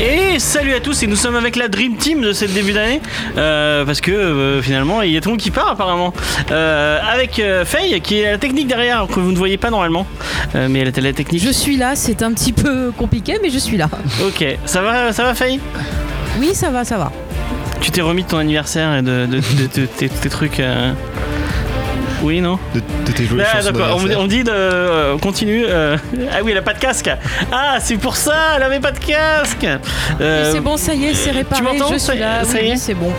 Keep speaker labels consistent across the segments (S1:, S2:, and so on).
S1: Et salut à tous, et nous sommes avec la Dream Team de cette début d'année, euh, parce que euh, finalement il y a tout le monde qui part apparemment, Euh, avec euh, Faye qui est à la technique derrière, que vous ne voyez pas normalement, Euh, mais elle était à la technique.
S2: Je suis là, c'est un petit peu compliqué, mais je suis là.
S1: Ok, ça va, ça va Faye
S2: Oui, ça va, ça va.
S1: Tu t'es remis de ton anniversaire et de, de- de- de- tes, tes trucs. euh, Oui, non
S3: de, de tes jolies
S1: Ah,
S3: chansons
S1: d'accord, on, me dit-
S3: d'anniversaire.
S1: on me dit de. euh, on continue. euh, Ah oui, elle a pas de casque Ah, c'est pour ça, elle avait pas de casque Euh,
S2: c'est bon, ça y est, c'est réparé.
S1: m'entends
S2: je
S1: Ça-
S2: suis là.
S1: ça
S2: oui,
S1: y est
S2: oui, c'est bon.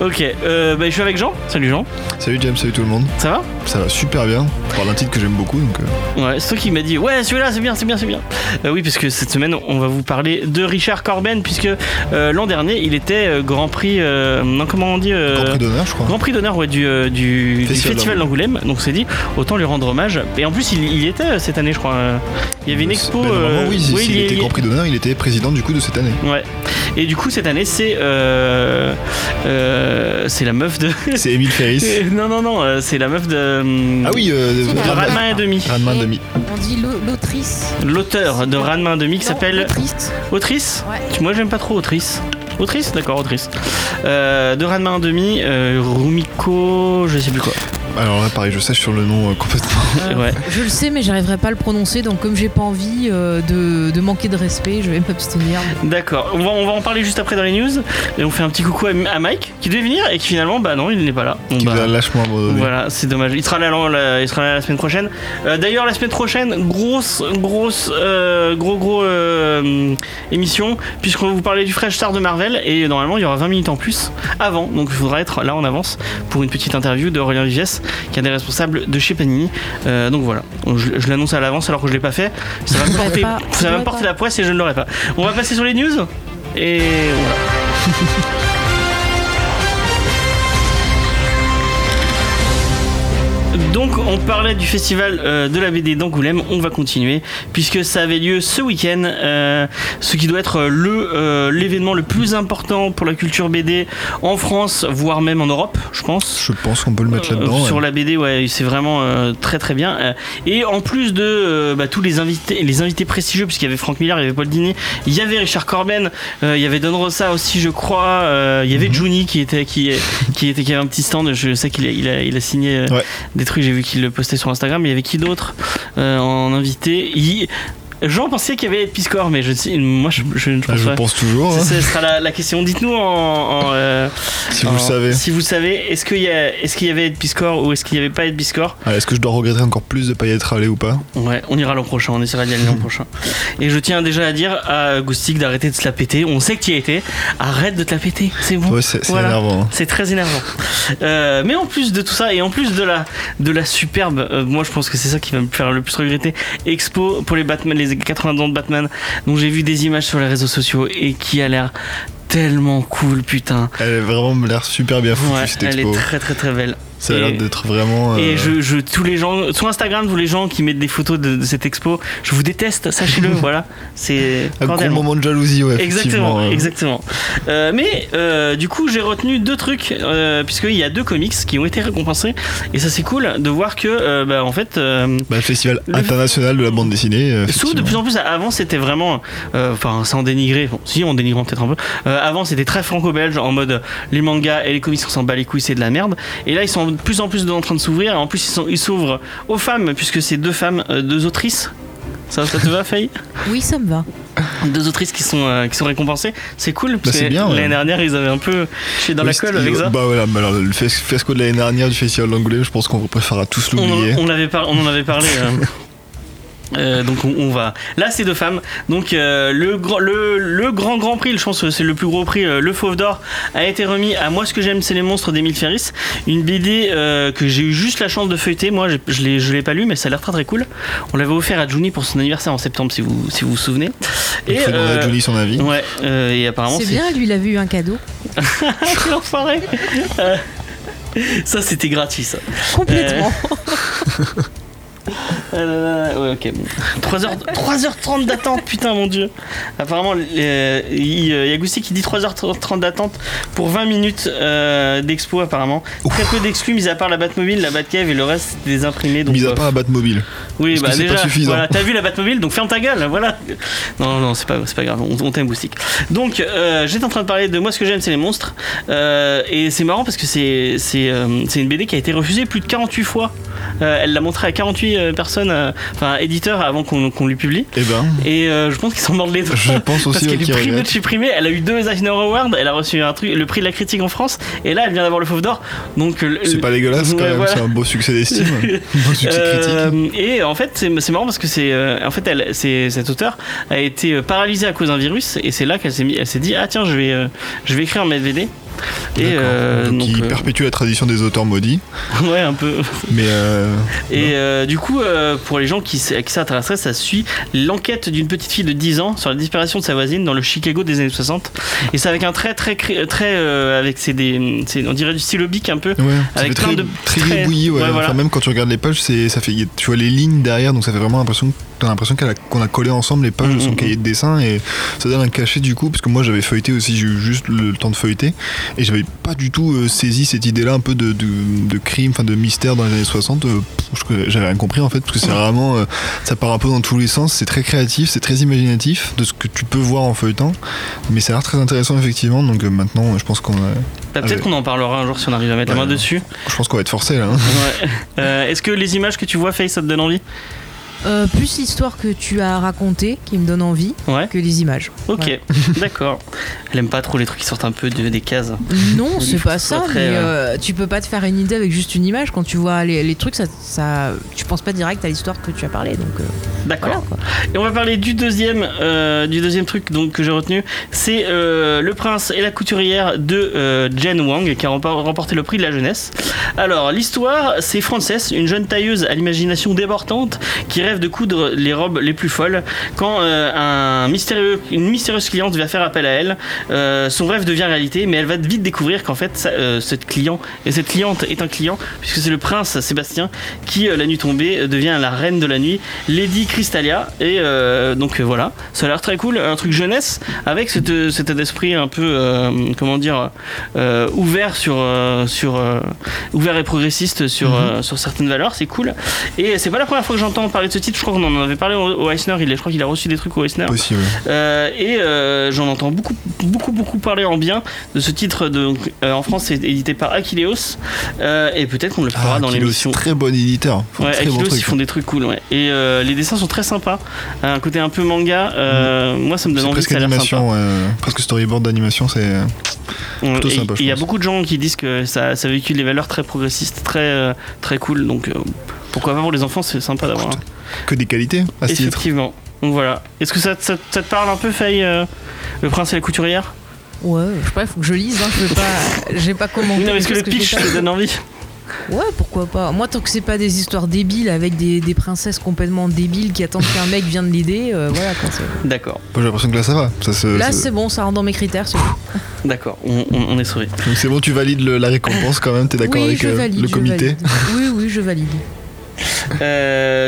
S1: Ok, euh, bah, je suis avec Jean. Salut Jean,
S3: Salut James, salut tout le monde.
S1: ça va
S3: Ça va super bien. On parle d'un titre que j'aime beaucoup, donc euh,
S1: Ouais, c'est toi qui m'a dit ouais celui-là c'est bien c'est bien c'est bien. Euh, oui parce que cette semaine on va vous parler de Richard Corben puisque euh, l'an dernier il était euh, Grand Prix euh, non comment on dit euh,
S3: Grand Prix d'honneur, je crois.
S1: Grand Prix d'honneur ouais, du, euh, du du
S3: Festival
S1: festival, d'Angoulême donc c'est dit autant lui rendre hommage et en plus il, il y était euh, cette année je crois euh. il y avait une expo
S3: Ben,
S1: euh,
S3: normalement, oui, si- s'il
S1: il y-
S3: était
S1: il y-
S3: Grand Prix d'honneur, il était président du coup de cette année.
S1: ouais et du coup cette année c'est euh, euh, c'est la meuf de
S3: C'est Émile Ferris.
S1: non non non euh, c'est la meuf de hum,
S3: ah oui, euh,
S2: C'est
S1: de
S2: Rademain.
S1: Rademain et demi
S3: Rademain demi.
S2: On dit l'au- l'autrice.
S1: l'auteur de Rademain et demi qui
S2: Non,
S1: s'appelle
S2: L'autrice.
S1: Autrice
S2: Ouais.
S1: Tu- Moi j'aime pas trop Autrice. Autrice D'accord, Autrice. Euh, de Ranma 1,5, euh, Rumiko, je sais plus quoi.
S3: Alors là, pareil, je sèche sur le nom euh, complètement.
S2: Euh,
S1: Ouais.
S2: Je le sais, mais j'arriverai pas à le prononcer. Donc, comme j'ai pas envie euh, de, de manquer de respect, je vais m'abstenir.
S1: D'accord. On va, on va en parler juste après dans les news. Et on fait un petit coucou à, à Mike qui devait venir et qui finalement, bah non, il n'est pas là. Bon,
S3: Qui
S1: bah,
S3: l'a lâchement abandonné.
S1: Voilà, c'est dommage. Il sera là, la- il sera là la semaine prochaine. Euh, D'ailleurs, la semaine prochaine, grosse, grosse, euh, gros, gros euh, émission, puisqu'on va vous parler du Fresh Star de Marvel. Et normalement, il y aura 20 minutes en plus avant. Donc, il faudra être là en avance pour une petite interview d'Aurélien Vigiès, qui est un des responsables de chez Panini. Euh, donc voilà, je, je l'annonce à l'avance alors que je l'ai pas fait. Ça va me
S2: Tu l'aurais
S1: porter,
S2: pas. Tu
S1: ça va me
S2: l'aurais
S1: porter
S2: pas.
S1: la poisse et je ne l'aurai pas. On va passer sur les news. Et voilà. Donc on parlait du festival euh, de la BD d'Angoulême, on va continuer puisque ça avait lieu ce week-end, euh, ce qui doit être euh, le euh, l'événement le plus important pour la culture BD en France, voire même en Europe, je pense.
S3: Je pense qu'on peut le mettre
S1: Euh,
S3: là-dedans.
S1: Sur
S3: ouais.
S1: la BD, ouais, c'est vraiment euh, très très bien. Euh, Et en plus de euh, bah, tous les invités, les invités prestigieux, puisqu'il y avait Franck Miller, il y avait Paul Dini, il y avait Richard Corben, euh, il y avait Don Rosa aussi, je crois. euh, il y avait
S3: Mhm.
S1: Juni qui était qui est- qui était qui avait un petit stand. Je sais qu'il a, il a, il a signé euh,
S3: Ouais.
S1: des trucs. J'ai vu qu'il le postait sur Instagram. Il y avait qui d'autre euh, en invité Il- Jean pensait qu'il y avait Piscor, mais je sais- moi je, je ne
S3: Ah,
S1: pense
S3: je
S1: pas.
S3: pense toujours, hein,
S1: Ce sera la, la question. Dites-nous en, en, euh,
S3: si vous le
S1: en-
S3: savez.
S1: Si vous le savez, est-ce qu'il y, est ce qu'il y avait Ed Piscor ou est-ce qu'il n'y avait pas Ed Piscor
S3: Ah, Est-ce que je dois regretter encore plus de pas y être allé ou pas
S1: Ouais, on ira l'an prochain, on essaiera d'y aller l'an prochain. Et je tiens déjà à dire à Goustic d'arrêter de se la péter. On sait que tu y as été. Arrête de te la péter, c'est bon.
S3: Ouais, c'est c'est
S1: Voilà.
S3: énervant. hein.
S1: C'est très énervant. Euh, mais en plus de tout ça, et en plus de la, de la superbe, euh, moi je pense que c'est ça qui va me faire le plus regretter, expo pour les Batman, les 80 ans de Batman, dont j'ai vu des images sur les réseaux sociaux et qui a l'air tellement cool, putain.
S3: Elle a vraiment l'air super bien foutue
S1: Ouais,
S3: cette
S1: elle
S3: expo.
S1: est très très très belle.
S3: Ça a l'air
S1: et-
S3: d'être vraiment.
S1: Et
S3: euh,
S1: je, je, tous les gens, sur Instagram, tous les gens qui mettent des photos de, de cette expo, je vous déteste, sachez-le, voilà. C'est
S3: Un gros
S1: cordialement.
S3: moment de jalousie, ouais.
S1: Exactement,
S3: effectivement, euh.
S1: exactement. Euh, mais euh, du coup, j'ai retenu deux trucs euh, puisqu'il y a deux comics qui ont été récompensés et ça c'est cool de voir que euh, bah, en fait. euh,
S3: Bah, le festival
S1: Le-
S3: international de la bande dessinée. euh,
S1: Sous, de
S3: effectivement.
S1: plus en plus, avant c'était vraiment, euh, enfin sans dénigrer, bon, si en dénigrant peut-être un peu, euh, avant c'était très franco-belge en mode euh, les mangas et les comics on s'en bat les couilles, c'est de la merde. Et là ils sont de plus en plus en train de s'ouvrir, et en plus ils sont- ils s'ouvrent aux femmes, puisque c'est deux femmes, euh, deux autrices. Ça, ça te va, Faye
S2: Oui, ça me va.
S1: deux autrices qui sont euh, qui sont récompensées c'est cool parce
S3: Bah, c'est
S1: que
S3: bien, ouais.
S1: l'année dernière ils avaient un peu chez dans
S3: Oui,
S1: la colle
S3: c'était-
S1: avec ça
S3: Bah voilà, mais alors, le fes- fiasco de l'année dernière du festival d'Angoulême, je pense qu'on préférera tous
S1: on,
S3: l'oublier.
S1: on l'avait par- on en avait parlé euh. Euh, donc on, on va. Là c'est deux femmes. Donc euh, le, grand- le, le grand grand prix, je pense que c'est le plus gros prix, euh, le Fauve d'Or, a été remis à Moi ce que j'aime c'est les monstres d'Emile Ferris. Une BD euh, que j'ai eu juste la chance de feuilleter. Moi j'ai- je l'ai je l'ai pas lu mais ça a l'air très très cool. On l'avait offert à Juni pour son anniversaire en septembre si vous si vous vous souvenez.
S3: Il faut demander à
S1: euh,
S3: Johnny son avis.
S1: ouais euh, et apparemment
S2: C'est
S1: c'est
S2: bien, lui, il a vu un cadeau
S1: Ah, quel enfoiré Euh, Ça, c'était gratuit, ça.
S2: complètement.
S1: Euh, ouais, ok. 3h, 3h30 d'attente, putain, mon dieu. Apparemment, euh, il il y a Goussi qui dit 3h30 d'attente pour 20 minutes euh, d'expo, apparemment. Très peu d'exclus, mis à part la Batmobile, la Batcave et le reste des imprimés. Donc,
S3: Mis
S1: euh,
S3: à part à Batmobile.
S1: oui,
S3: parce
S1: bah
S3: que c'est
S1: déjà,
S3: pas suffisant.
S1: voilà, t'as vu la Batmobile, donc ferme ta gueule, voilà. Non, non, c'est pas, c'est pas grave, on, on t'aime, Goustic. Donc, euh, j'étais en train de parler de moi, ce que j'aime, c'est les monstres. Euh, et c'est marrant parce que c'est, c'est, euh, c'est une BD qui a été refusée plus de 48 fois. Euh, elle l'a montrée à 48 euh, personnes, euh, enfin, éditeurs avant qu'on, qu'on lui publie.
S3: Eh ben,
S1: Et euh, je pense qu'ils s'en mordent les doigts.
S3: je pense
S1: Parce
S3: aussi hein,
S1: qu'elle
S3: au
S1: est
S3: Kirby.
S1: primée de chez primée, elle a eu deux Eisner Awards, elle a reçu un truc, le prix de la critique en France, et là elle vient d'avoir le Fauve d'Or. Donc le-
S3: C'est pas dégueulasse quand
S1: Ouais,
S3: même,
S1: voilà.
S3: c'est un beau succès d'estime. un beau succès
S1: Euh,
S3: critique.
S1: et en fait, c'est c'est marrant parce que c'est euh, en fait elle, c'est cet auteur a été euh, paralysé à cause d'un virus et c'est là qu'elle s'est mis, elle s'est dit ah tiens je vais euh, je vais écrire mes VD. Et
S3: D'accord.
S1: euh,
S3: Donc,
S1: donc,
S3: il
S1: euh,
S3: perpétue la tradition des auteurs maudits.
S1: ouais un peu.
S3: Mais euh,
S1: Et euh, du coup, euh, pour les gens qui, s- à qui ça intéresserait, ça suit l'enquête d'une petite fille de 10 ans sur la disparition de sa voisine dans le Chicago des années 60. Et c'est avec un très très cré- très euh, avec c'est des c'est- on dirait du stylo bic un peu.
S3: ouais, ça
S1: Avec
S3: fait
S1: plein
S3: très,
S1: de-
S3: très
S1: très-
S3: gribouillis, ouais.
S1: ouais, voilà.
S3: Enfin, même quand tu regardes les pages, c'est, ça fait, tu vois les lignes derrière, donc ça fait vraiment l'impression que t'as l'impression qu'elle a- qu'on a collé ensemble les pages de son
S1: Mhm.
S3: cahier de dessin et ça donne un cachet du coup, parce que moi j'avais feuilleté aussi, j'ai eu juste le temps de feuilleter et j'avais pas du tout euh, saisi cette idée-là un peu de, de, de crime, enfin de mystère dans les années 60. euh, pff, je- j'avais rien compris en fait, parce que c'est vraiment, euh, ça part un peu dans tous les sens, c'est très créatif, c'est très imaginatif de ce que tu peux voir en feuilletant, mais ça a l'air très intéressant effectivement, donc euh, maintenant je pense qu'on a-
S1: Bah, Peut-être
S3: Ah
S1: qu'on en parlera un jour si on arrive à mettre la
S3: Ouais.
S1: main dessus.
S3: je pense qu'on va être forcé là. hein.
S1: Ouais. Euh, Est-ce que les images que tu vois, Faye, ça te donne envie
S2: Euh, plus l'histoire que tu as racontée qui me donne envie
S1: Ouais.
S2: que les images.
S1: Ok,
S2: Ouais.
S1: d'accord. Elle aime pas trop les trucs qui sortent un peu de- des cases.
S2: Non,
S1: Oui,
S2: c'est
S1: faut que
S2: pas
S1: ce soit
S2: ça,
S1: très,
S2: mais euh, tu peux pas te faire une idée avec juste une image. Quand tu vois les, les trucs, ça, ça, tu penses pas direct à l'histoire que tu as parlé. Donc euh,
S1: D'accord.
S2: voilà quoi.
S1: Et on va parler du deuxième, euh, du deuxième truc donc, que j'ai retenu. C'est euh, Le Prince et la couturière de euh, Jen Wang qui a rempo- remporté le prix de la jeunesse. Alors, l'histoire, c'est Frances, une jeune tailleuse à l'imagination débordante qui rêve de coudre les robes les plus folles. Quand euh, un mystérieux, une mystérieuse cliente va faire appel à elle, euh, son rêve devient réalité, mais elle va vite découvrir qu'en fait, ça- euh, cette, client, et cette cliente est un client, puisque c'est le prince Sébastien qui, euh, la nuit tombée, euh, devient la reine de la nuit, Lady Crystalia. Et euh, donc euh, voilà, ça a l'air très cool, un truc jeunesse, avec cet, euh, cet état d'esprit un peu, euh, comment dire, euh, ouvert sur, euh, sur euh, ouvert et progressiste sur, euh, sur certaines valeurs, c'est cool. Et c'est pas la première fois que j'entends parler de ce titre, je crois qu'on en avait parlé au, au Eisner, il, est- je crois qu'il a reçu des trucs au Eisner.
S3: Possible.
S1: Euh, et euh, j'en entends beaucoup, beaucoup, beaucoup parler en bien de ce titre. De, donc, euh, en France, c'est édité par Aquileos. Euh, et peut-être qu'on le fera
S3: Ah,
S1: dans
S3: Kilo,
S1: l'émission.
S3: Très bon éditeur. hein. Enfin,
S1: Ouais,
S3: très bon
S1: Aquileos,
S3: truc.
S1: ils font des trucs cool. Ouais. Et euh, les dessins sont très sympas. Un côté un peu manga. euh, Moi, ça me donne
S3: Mm. C'est
S1: envie.
S3: presque
S1: ça a l'air sympa.
S3: animation, ouais, presque storyboard d'animation, c'est. euh, plutôt
S1: Et-
S3: sympa,
S1: et
S3: je
S1: Il y a
S3: pense.
S1: beaucoup de gens qui disent que ça, ça véhicule des valeurs très progressistes, très, euh, très cool. Donc, euh, pourquoi pas pour les enfants, c'est sympa d'avoir.
S3: Écoute,
S1: un-
S3: que des qualités à ce titre.
S1: Effectivement. Donc voilà. Est-ce que ça, ça- ça te parle un peu, Faye, euh, le prince et la couturière
S2: Ouais, je sais pas, il faut que je lise. Hein, je peux pas, j'ai pas commenté.
S1: Oui, non, mais est-ce que
S2: tout
S1: le
S2: ce j'ai
S1: pitch
S2: fait.
S1: te donne envie
S2: Ouais, pourquoi pas. Moi, tant que c'est pas des histoires débiles avec des, des princesses complètement débiles qui attendent qu'un mec vienne de l'idée, euh, voilà. Quoi, c'est-
S1: D'accord,
S3: Moi, J'ai l'impression que là ça va. Ça, se-
S2: Là,
S3: se-
S2: c'est bon, ça rentre dans mes critères. c'est bon.
S1: d'accord, on, on- on est sauvé.
S3: Donc c'est bon, tu valides le- la récompense quand même, t'es d'accord
S2: oui,
S3: avec
S2: je
S3: euh,
S2: valide,
S3: le
S2: je
S3: comité
S2: valide. Oui, oui, je valide.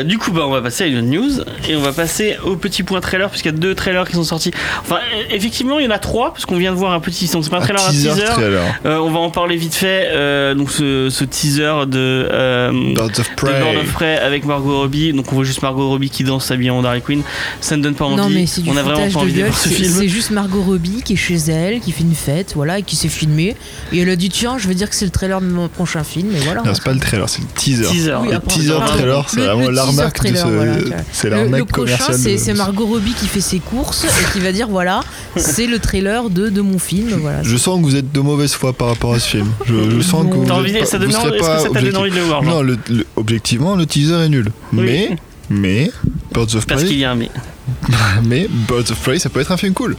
S1: du coup, bah, on va passer à une news et on va passer au petit point trailer puisqu'il y a deux trailers qui sont sortis. Enfin, euh, effectivement, il y en a trois parce qu'on vient de voir un petit. Donc c'est pas un trailer, un teaser.
S3: trailer.
S1: Euh, on va en parler vite fait. euh, donc ce, ce teaser de. euh,
S3: Birds of
S1: de Birds
S3: Prey.
S1: of Prey avec Margot Robbie, donc on voit juste Margot Robbie qui danse s'habillée en Harley Quinn. Ça ne donne pas envie.
S2: Non, mais c'est du
S1: on a vraiment
S2: foutage
S1: pas
S2: de
S1: envie de
S2: gueule.
S1: voir ce
S2: c'est-
S1: film.
S2: C'est juste Margot Robbie qui est chez elle, qui fait une fête, voilà, et qui s'est filmée. Et elle a dit tiens, je vais dire que c'est le trailer de mon prochain film, et voilà.
S3: Non, c'est pas le trailer, c'est le teaser.
S1: Teaser.
S2: Oui,
S3: Le
S2: après,
S3: teaser
S2: pardon.
S3: trailer, c'est
S2: Le- le
S3: vraiment
S2: teaser
S3: l'arnaque de
S2: trailer, voilà, tu
S3: ce.
S2: vois.
S3: C'est
S2: Le, le
S3: l'arnaque
S2: prochain,
S3: commerciale.
S2: c'est
S3: de-
S2: c'est Margot Robbie qui fait ses courses et qui va dire voilà, c'est le trailer de, de mon film, voilà.
S3: Je sens que vous êtes de mauvaise foi par rapport à ce film. Je, je sens que vous.
S1: T'as
S3: êtes
S1: envie-
S3: pas-
S1: ça
S3: vous
S1: donne
S3: serez
S1: envie- Est-ce
S3: pas
S1: que ça t'a donné
S3: objectif.
S1: envie de le voir genre
S3: Non, le- le- objectivement, le teaser est nul.
S1: Oui.
S3: Mais, mais, Birds of
S1: Parce
S3: Prey,
S1: qu'il y a un mais.
S3: mais Birds of Prey, ça peut être un film cool.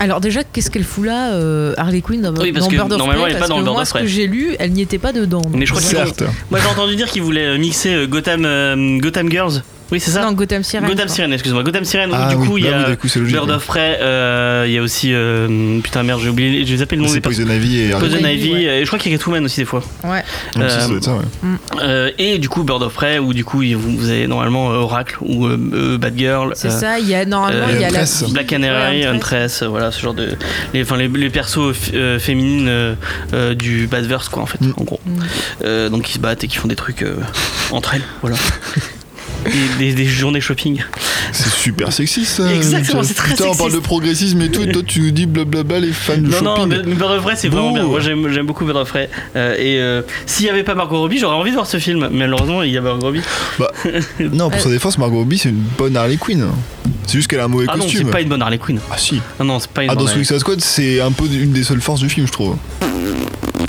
S2: Alors déjà, qu'est-ce qu'elle fout là, euh, Harley Quinn dans,
S1: Oui, parce
S2: dans
S1: que
S2: Bird of
S1: normalement,
S2: Prey,
S1: elle est pas
S2: parce
S1: dans
S2: que
S1: le Bird
S2: moi,
S1: of
S2: ce
S1: Prey.
S2: que j'ai lu, elle n'y était pas dedans.
S1: Mais je crois qu'ils ont-
S3: Certes.
S1: Moi j'ai entendu dire qu'ils voulaient euh, mixer euh, Gotham, euh, Gotham Girls Oui, c'est ça.
S2: Non, Gotham Sirène.
S1: Gotham
S2: quoi.
S1: Sirène, excuse-moi. Gotham Sirène, où,
S3: Ah
S1: du
S3: oui,
S1: coup, il y
S3: bah oui,
S1: a
S3: du coup, c'est logique,
S1: Bird
S3: ouais.
S1: of Prey, euh, il y a aussi. euh, putain, merde, j'ai oublié, je les appelle le nom
S3: C'est
S1: des personnages.
S3: Poison Ivy et Harley
S1: Poison
S2: Ouais,
S1: Ivy,
S2: ouais.
S1: euh, et je crois qu'il y a Catwoman aussi des fois.
S2: Ouais.
S3: Quinn. Donc, ça, ça doit être ça, ouais.
S1: Euh, et du coup, Bird of Prey, où du coup, il- vous vous avez normalement euh, Oracle ou euh, euh, Batgirl.
S2: C'est
S1: euh,
S2: ça, il y a normalement
S1: euh,
S2: il y a la
S3: Huntress.
S2: fille-
S1: Black
S2: ouais,
S1: Canary,
S2: Huntress.
S1: Huntress, euh, voilà, ce genre de. Les, enfin, les, les persos euh, f- euh, féminines euh, euh, du Badverse, quoi, en fait,
S3: Mm.
S1: en gros.
S2: Mm.
S1: Euh, donc, ils se battent et qui font des trucs euh, entre elles, voilà. Des, des- des journées shopping.
S3: C'est super sexiste ça.
S1: Exactement,
S3: Putain,
S1: c'est très
S3: Putain, on parle de
S1: sexiste.
S3: progressisme et tout, et toi tu nous dis blablabla les fans de
S1: Non, non,
S3: shopping.
S1: mais mais Bird of Prey, c'est vraiment
S3: Bouh.
S1: bien. Moi, j'aime j'aime beaucoup Bird of Prey. Euh, et euh, s'il n'y avait pas Margot Robbie, j'aurais envie de voir ce film. Mais malheureusement, il y a Margot Robbie.
S3: Non, pour sa défense, Margot Robbie c'est une bonne Harley Quinn. C'est juste qu'elle a un mauvais
S1: Ah non,
S3: costume.
S1: c'est pas une bonne Harley Quinn.
S3: Ah si.
S1: Non, non, c'est pas une
S3: Ah, dans
S1: bonne Harley
S3: Suicide Squad, c'est un peu une des seules forces du film, je trouve.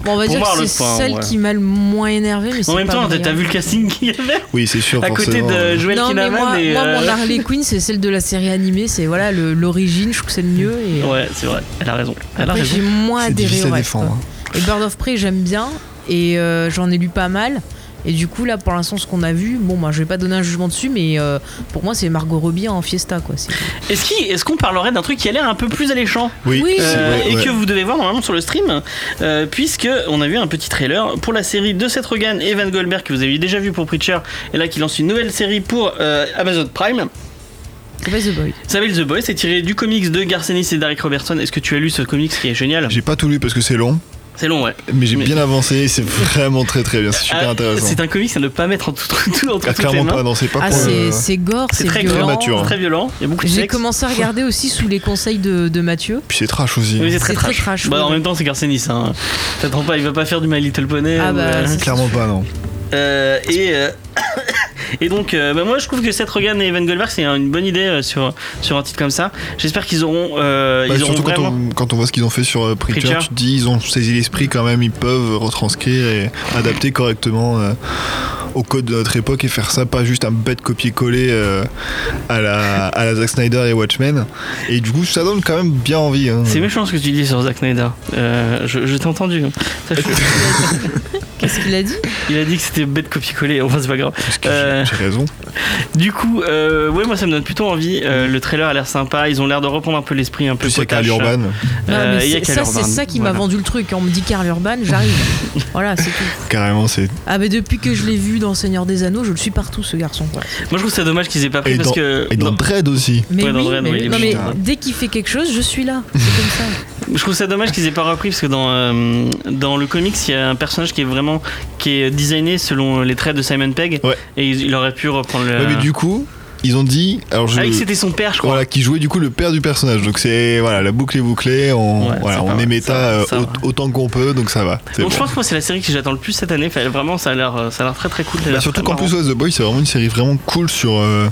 S2: Bon, on va
S1: Pour
S2: dire
S1: voir
S2: que
S1: le
S2: c'est
S1: point,
S2: celle
S1: ouais.
S2: qui m'a le moins énervé. Mais
S1: En
S2: c'est
S1: même
S2: pas
S1: temps, t'as-
S2: Brian.
S1: t'as vu le casting qu'il y avait
S3: Oui, c'est sûr.
S1: à côté
S3: forcément.
S1: de Joel
S2: Non, mais
S1: Kinnaman
S2: moi,
S1: et.
S2: moi,
S1: euh,
S2: mon Harley Quinn, c'est celle de la série animée. C'est voilà le- l'origine, je trouve que c'est le mieux. Et euh,
S1: Ouais, c'est vrai, elle a raison. Elle a
S2: après,
S1: raison.
S2: j'ai moins
S3: C'est
S2: adhéré
S3: difficile
S2: au
S3: à
S2: reste.
S3: défendre. hein.
S2: quoi. Et Bird of Prey, j'aime bien. Et euh, j'en ai lu pas mal. Et du coup, là, pour l'instant, ce qu'on a vu, bon, bah, je vais pas donner un jugement dessus, mais euh, pour moi, c'est Margot Robbie en Fiesta, quoi. C'est-
S1: Est-ce qu'il- est-ce qu'on parlerait d'un truc qui a l'air un peu plus alléchant
S3: Oui,
S2: Oui.
S3: c'est
S1: euh,
S3: vrai,
S1: et
S3: ouais.
S1: que vous devez voir normalement sur le stream, euh, puisque on a vu un petit trailer pour la série de Seth Rogen et Evan Goldberg que vous avez déjà vu pour Preacher, et là qui lance une nouvelle série pour euh, Amazon Prime.
S2: C'est pas The Boy.
S1: Ça s'appelle The Boys, c'est tiré du comics de Garcenis et Derek Robertson. Est-ce que tu as lu ce comics qui est génial
S3: J'ai pas tout lu parce que c'est long,
S1: C'est long, ouais.
S3: mais j'ai
S1: Mais-
S3: bien avancé et c'est vraiment très très bien. C'est super
S1: Ah,
S3: intéressant.
S1: C'est un comics à ne pas mettre en tout, tout, entre
S3: Ah,
S1: toutes les
S3: clairement pas,
S1: mains.
S3: non, c'est pas
S2: Ah,
S3: pour.
S2: c'est
S3: euh,
S2: c'est gore,
S1: C'est
S2: c'est
S1: très
S2: violent.
S3: mature, hein.
S1: Très violent, il y a beaucoup de
S2: J'ai
S1: sexe.
S2: commencé à regarder aussi sous les conseils de, de Mathieu.
S3: Puis c'est trash aussi.
S1: Oui, c'est très
S2: C'est très
S1: trash.
S2: trash,
S1: Bah,
S2: oui.
S1: en même temps, c'est Garcenis. Hein. T'attends pas, il va pas faire du My Little Pony.
S2: Ah
S1: ou,
S2: bah,
S1: euh,
S2: c'est-
S3: Clairement pas, non.
S1: Euh, et, euh, et donc, euh, bah, moi je trouve que Seth Rogen et Evan Goldberg c'est un- une bonne idée euh, sur, sur un titre comme ça. J'espère qu'ils auront. euh,
S3: Bah,
S1: ils auront
S3: surtout quand
S1: vraiment.
S3: on, quand on voit ce qu'ils ont fait sur euh, Preacher,
S1: Preacher.
S3: tu te dis ils ont saisi l'esprit quand même, ils peuvent retranscrire et adapter correctement euh, au code de notre époque et faire ça, pas juste un bête copier-coller euh, à, la, à la Zack Snyder et Watchmen. Et du coup, ça donne quand même bien envie. hein.
S1: C'est méchant ce que tu dis sur Zack Snyder. Euh, je je t'ai entendu. Ça, je-
S2: Qu'est-ce qu'il a dit
S1: il a dit que c'était bête copier-coller. Enfin, c'est pas grave.
S3: Parce que
S1: Euh.
S3: j'ai- J'ai raison.
S1: Du coup, euh, ouais, moi ça me donne plutôt envie. Euh, le trailer a l'air sympa. Ils ont l'air de reprendre un peu l'esprit un peu
S3: Plus c'est
S1: potache.
S3: Karl Urban.
S1: Euh,
S2: Non, mais
S1: il y a
S2: c'est-
S1: Karl
S2: Ça, c'est
S1: Urban.
S2: ça qui m'a
S1: Voilà.
S2: vendu le truc. On me dit Carl Urban, j'arrive. voilà, c'est tout.
S3: Carrément, c'est.
S2: Ah, mais depuis que je l'ai vu dans Seigneur des Anneaux, je le suis partout, ce garçon. quoi.
S1: Moi je trouve ça dommage qu'ils aient pas pris
S3: Et
S1: parce
S3: dans-
S1: que.
S3: Et dans
S1: non.
S3: Dread aussi.
S2: Mais
S1: Ouais, dans
S2: oui,
S1: Dredd,
S2: mais,
S1: oui, il est
S2: non, mais
S1: putain.
S2: dès qu'il fait quelque chose, je suis là. C'est comme ça.
S1: Je trouve ça dommage qu'ils aient pas repris parce que dans, euh, dans le comics, il y a un personnage qui est vraiment qui est designé selon les traits de Simon Pegg
S3: Ouais.
S1: et il, il aurait pu reprendre le.
S3: Ouais, mais du coup, ils ont dit. Alors, je...
S1: Ah oui, c'était son père, je crois.
S3: Voilà, qui jouait du coup le père du personnage. Donc c'est voilà, la boucle est bouclée. On,
S1: Ouais,
S3: voilà,
S1: c'est pas
S3: on
S1: mal.
S3: est
S1: Ça
S3: méta
S1: va,
S3: euh,
S1: ça
S3: au-
S1: va.
S3: autant qu'on peut, donc ça va. C'est
S1: Donc je
S3: bon.
S1: pense que moi c'est la série que j'attends le plus cette année. Enfin, vraiment, ça a l'air euh, ça a l'air très très cool. ça a
S3: Bah,
S1: l'air
S3: surtout
S1: très
S3: qu'en plus,
S1: marrant.
S3: ouais, The Boy, c'est vraiment une série vraiment cool sur euh,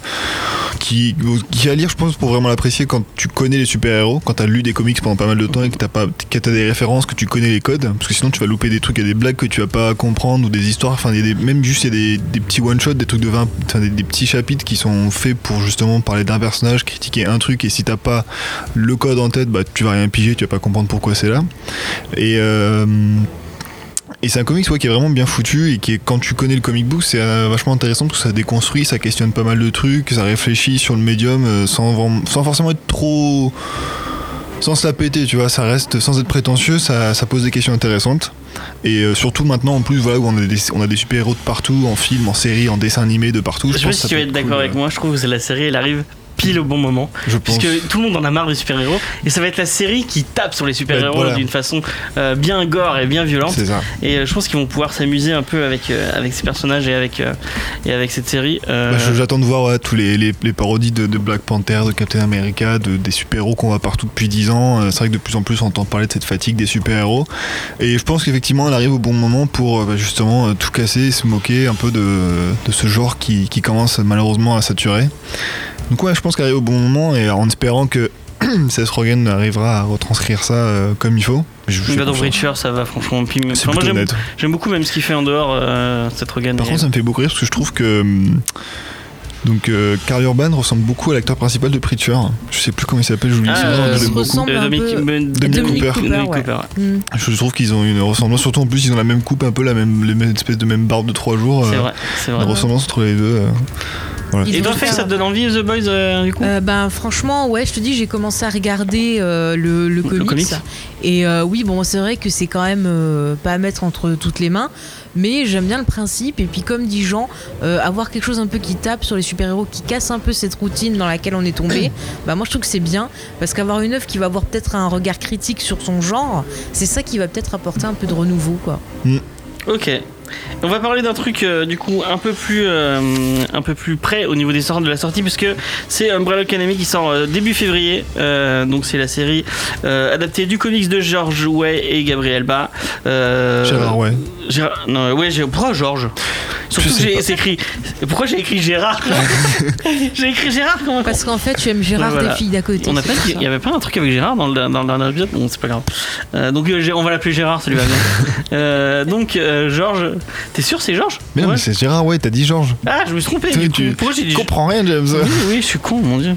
S3: qui, qui est à lire, je pense, pour vraiment l'apprécier quand tu connais les super-héros, quand t'as lu des comics pendant pas mal de temps et que t'as pas, que t'as des références, que tu connais les codes, parce que sinon tu vas louper des trucs, il y a des blagues que tu vas pas comprendre ou des histoires, enfin, il y a des- même juste il y a des, des petits one-shots, des trucs de 20, enfin, des, des petits chapitres qui sont faits pour justement parler d'un personnage, critiquer un truc et si t'as pas le code en tête, bah tu vas rien piger, tu vas pas comprendre pourquoi c'est là. Et euh, et c'est un comics ouais, qui est vraiment bien foutu et qui est, quand tu connais le comic book, c'est euh, vachement intéressant parce que ça déconstruit, ça questionne pas mal de trucs, ça réfléchit sur le médium euh, sans, vra- sans forcément être trop. sans se la péter, tu vois. Ça reste, sans être prétentieux, ça, ça pose des questions intéressantes. Et euh, surtout maintenant, en plus, voilà, où on a des, on a des super-héros de partout, en film, en série, en dessin animé, de partout.
S1: Je sais pas si tu vas être d'accord avec moi. Je trouve que la série elle arrive pile au bon moment
S3: euh, Je pense.
S1: puisque tout le monde en a marre des super héros et ça va être la série qui tape sur les super héros
S3: Bah, voilà.
S1: d'une façon euh, bien gore et bien violente.
S3: C'est ça.
S1: Et euh, je pense qu'ils vont pouvoir s'amuser un peu avec, euh, avec ces personnages et avec, euh, et avec cette série. Euh,
S3: Bah, je- J'attends de voir ouais, tous les, les- les parodies de, de Black Panther, de Captain America, de, des super-héros qu'on voit partout depuis 10 ans. Euh, C'est vrai que de plus en plus on entend parler de cette fatigue des super-héros. Et je pense qu'effectivement elle arrive au bon moment pour euh, bah, justement euh, tout casser et se moquer un peu de, de ce genre qui, qui commence malheureusement à saturer. Donc ouais, je pense qu'elle arrive au bon moment et en espérant que Seth Rogen arrivera à retranscrire ça euh, comme il faut. Je- je fais
S1: Bah, dans
S3: confiance.
S1: Breacher, ça va franchement. Puis,
S3: C'est
S1: enfin, moi,
S3: plutôt
S1: j'aime-
S3: honnête.
S1: j'aime beaucoup même ce qu'il fait en dehors, euh, cette Rogan.
S3: Par
S1: Et-
S3: contre, ça me fait beaucoup rire parce que je trouve que. hum, Donc, euh, Karl Urban ressemble beaucoup à l'acteur principal de Preacher. Je sais plus comment il s'appelle, je l'oublie
S1: Ah,
S3: souvent,
S1: euh,
S3: je l'aime
S1: se
S3: beaucoup.
S2: ressemble
S1: Euh,
S2: un peu-
S1: Ben-
S3: Dominic Cooper.
S1: Dominic
S2: Cooper,
S1: Cooper,
S2: Hmm.
S3: Je trouve qu'ils ont une ressemblance, surtout en plus, ils ont la même coupe, un peu la même, la même espèce de même barbe de 3 jours.
S1: ouais.
S3: euh,
S1: C'est vrai, c'est
S3: Une
S1: vrai.
S3: ressemblance entre les deux. euh. Voilà.
S2: Ils
S1: Et
S2: ont
S1: toi,
S2: tout
S1: Faye,
S2: ça.
S1: ça te donne envie, The Boys, euh, du coup
S2: Euh, ben franchement ouais je te dis j'ai commencé à regarder euh, le, le, comics,
S1: comics.
S2: et euh, oui bon c'est vrai que c'est quand même euh, pas à mettre entre toutes les mains mais j'aime bien le principe et puis comme dit Jean euh, avoir quelque chose un peu qui tape sur les super héros qui casse un peu cette routine dans laquelle on est tombé bah moi je trouve que c'est bien parce qu'avoir une œuvre qui va avoir peut-être un regard critique sur son genre c'est ça qui va peut-être apporter un peu de renouveau quoi
S1: Ok. On va parler d'un truc euh, du coup un peu plus euh, un peu plus près au niveau des sorties de la sortie puisque c'est Umbrella Academy qui sort euh, début février Euh, donc c'est la série euh, adaptée du comics de George Way et Gabriel Ba. Euh,
S3: Gérard, ouais.
S1: Gérard- non ouais j'ai- pourquoi George Surtout
S3: Je
S1: que
S3: sais
S1: j'ai
S3: pas.
S1: c'est écrit pourquoi j'ai écrit Gérard J'ai écrit Gérard comment
S2: parce qu'en fait tu aimes Gérard
S1: Ouais, voilà.
S2: des filles d'à côté
S1: on a
S2: c'est
S1: pas
S2: pour
S1: dit-
S2: ça.
S1: il y avait pas un truc avec Gérard dans le, dans le dernier épisode bon c'est pas grave Euh, donc euh, Gé- on va l'appeler Gérard celui-là euh, donc euh, Georges t'es sûr c'est Georges
S3: Mais non,
S1: Ouais.
S3: mais c'est Gérard, ouais, t'as dit Georges.
S1: Ah, je me suis trompé.
S3: Tu-
S1: Du
S3: tu-
S1: coup. Pourquoi j'ai dit
S3: Je comprends rien, James.
S1: Oui, oui, je suis con, mon dieu.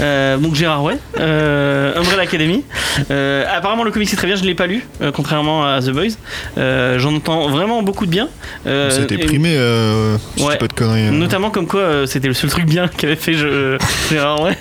S1: Euh, donc Gérard ouais euh, Umbrella Academy. Euh, apparemment le comic c'est très bien, je ne l'ai pas lu, euh, contrairement à The Boys. Euh, J'en entends vraiment beaucoup de bien. Euh,
S3: C'était
S1: et-
S3: primé, euh, si je
S1: Ouais.
S3: dis pas de conneries. euh.
S1: Notamment comme quoi euh, c'était le seul truc bien qu'avait fait je- euh, Gérard ouais.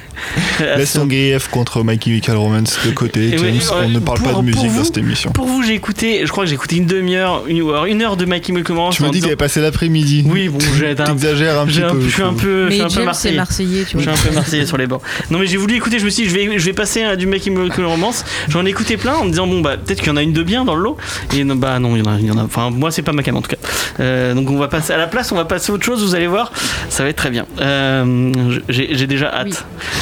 S1: Euh,
S3: Laisse ton grief contre My Chemical Romance de côté,
S1: Et
S3: James.
S1: ouais, ouais,
S3: on ne parle
S1: pour-
S3: pas de
S1: pour
S3: musique
S1: vous,
S3: dans cette émission.
S1: Pour vous j'ai écouté, je crois que j'ai écouté une demi-heure, une, ou alors une heure de Mikey Mulcoman.
S3: Tu m'as dit que t'avais passé l'après-midi.
S1: Oui, bon, j'ai un-
S3: T'exagères un petit
S1: j'ai un-
S3: peu.
S1: je
S3: je
S1: suis un
S3: trouve.
S1: peu, je
S2: mais
S1: suis un peu
S2: James c'est
S1: marseillais.
S2: marseillais tu
S1: Je suis
S2: vois
S1: un peu marseillais sur les bancs. Non mais j'ai voulu écouter, je me suis dit je vais, je vais passer à du mec qui me que le romance. J'en ai écouté plein en me disant bon bah peut-être qu'il y en a une de bien dans le lot. Et non, bah non, il y en a, il y en a. Enfin moi c'est pas ma cam en tout cas. Euh, donc on va passer à la place, on va passer à autre chose, vous allez voir, ça va être très bien. Euh, j'ai j'ai déjà hâte
S2: Oui.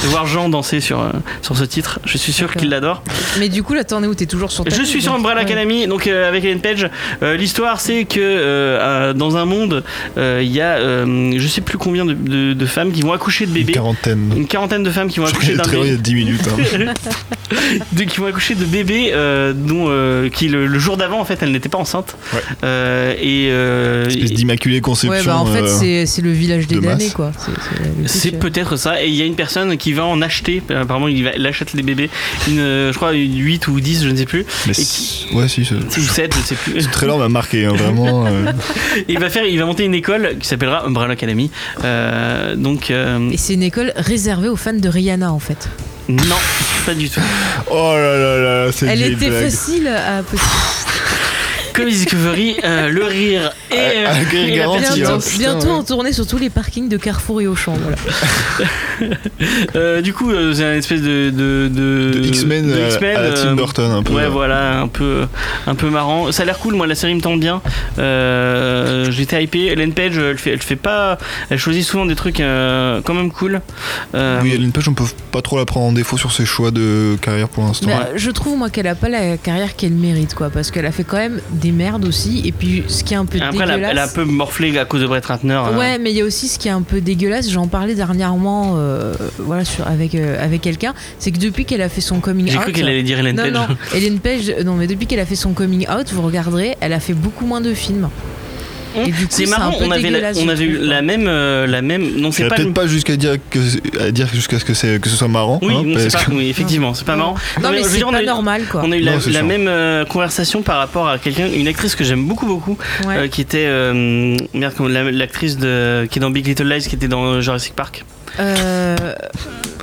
S1: de voir Jean danser sur, euh, sur ce titre, je suis sûr
S2: D'accord.
S1: qu'il l'adore.
S2: mais du coup là t'en es où t'es toujours sur ta
S1: Je
S2: fille,
S1: suis sur
S2: donc,
S1: Umbrella
S2: ouais.
S1: Academy, donc euh, avec Ellen Page. Euh, L'histoire, c'est que euh, euh, dans un monde, euh, il y a euh, je sais plus combien de, de- de femmes qui vont accoucher de
S3: Une
S1: bébés.
S3: quarantaine.
S1: Une quarantaine de femmes qui vont
S3: Je regardais
S1: accoucher
S3: le
S1: d'un
S3: trailer il y a
S1: bébé.
S3: 10 minutes. hein.
S1: de- qui vont accoucher de bébés euh, dont euh, qui le, le jour d'avant en fait elle n'était pas enceinte
S3: Ouais.
S1: Euh, et euh,
S3: Espèce
S1: et-
S3: d'immaculée conception.
S2: Ouais, bah en fait,
S3: euh,
S2: c'est- c'est le village des
S3: de
S2: damnés,
S3: masse.
S2: quoi. C'est- c'est le
S1: c'est
S2: cliché.
S1: peut-être ça et il y a une personne qui va en acheter apparemment il, va, il achète les bébés une, euh, je crois une 8 ou 10 je ne sais plus
S3: mais
S1: qui-
S3: c'est- Ouais, si, c'est-
S1: ou 7 je ne sais plus
S3: Ce trailer m'a marqué, hein, vraiment. euh,
S1: Et il va faire il va monter une école qui s'appellera Umbrella Academy Euh, donc euh,
S2: Et c'est une école réservée aux fans de Rihanna, en fait.
S1: non pas du tout
S3: Oh là là là, là, c'est
S2: Elle
S3: une
S2: était
S3: blague.
S2: facile à
S1: comme Discovery euh, le rire et, euh,
S3: Ah, Greg
S1: et la
S3: Garanti,
S1: pertinence.
S2: Bientôt,
S3: hein, putain,
S2: bientôt
S3: ouais.
S2: en tournée sur tous les parkings de Carrefour et Auchan. Voilà.
S1: Euh, du coup, euh, c'est un espèce de de, de,
S3: De X-Men
S1: de
S3: euh,
S1: X-Men,
S3: à la
S1: euh,
S3: Tim Burton, un peu.
S1: Ouais, voilà, un peu, un peu marrant. Ça a l'air cool. Moi, la série me tente bien. Euh, J'étais hypé. Ellen Page, elle fait, elle fait pas. Elle choisit souvent des trucs euh, quand même cool. Euh,
S3: Oui, Ellen Page, on peut pas trop la prendre en défaut sur ses choix de carrière pour l'instant.
S2: Mais euh, je trouve, moi, qu'elle a pas la carrière qu'elle mérite, quoi. Parce qu'elle a fait quand même des merdes aussi. Et puis, ce qui est un peu
S1: Après, elle a,
S2: dégueulasse.
S1: elle a un peu morflé à cause de Brett Ratner. euh.
S2: Ouais, mais il y a aussi ce qui est un peu dégueulasse. J'en parlais dernièrement, euh, voilà, sur, avec euh, avec quelqu'un. C'est que depuis qu'elle a fait son coming
S1: J'ai
S2: out,
S1: cru qu'elle allait dire Ellen
S2: Non,
S1: Page.
S2: non, Ellen Page, euh, non, mais depuis qu'elle a fait son coming out, vous regarderez, elle a fait beaucoup moins de films. Et du coup,
S1: C'est
S2: c'est
S1: marrant,
S2: un peu
S1: on avait, la,
S2: dégueulasse,
S1: on
S2: je
S1: avait eu
S2: trouve,
S1: la
S2: hein.
S1: même, euh, la même. Non, c'est
S3: C'est
S1: pas. le-
S3: peut-être pas jusqu'à dire que à dire jusqu'à ce que c'est que ce soit marrant.
S1: Oui,
S3: hein,
S1: non, c'est
S3: parce
S1: pas-
S3: que-
S1: oui, effectivement, c'est pas marrant.
S2: Non,
S1: Ah,
S2: mais,
S1: je veux
S2: c'est
S1: dire, on
S2: pas
S1: a eu-
S2: normal, quoi.
S1: On a eu
S3: Non,
S1: la,
S3: c'est
S1: la
S3: sûr.
S1: même euh, conversation par rapport à quelqu'un, une actrice que j'aime beaucoup beaucoup,
S2: Ouais.
S1: euh, qui était euh, merde, comment- la- l'actrice de qui est dans Big Little Lies, qui était dans Jurassic Park.
S2: Euh,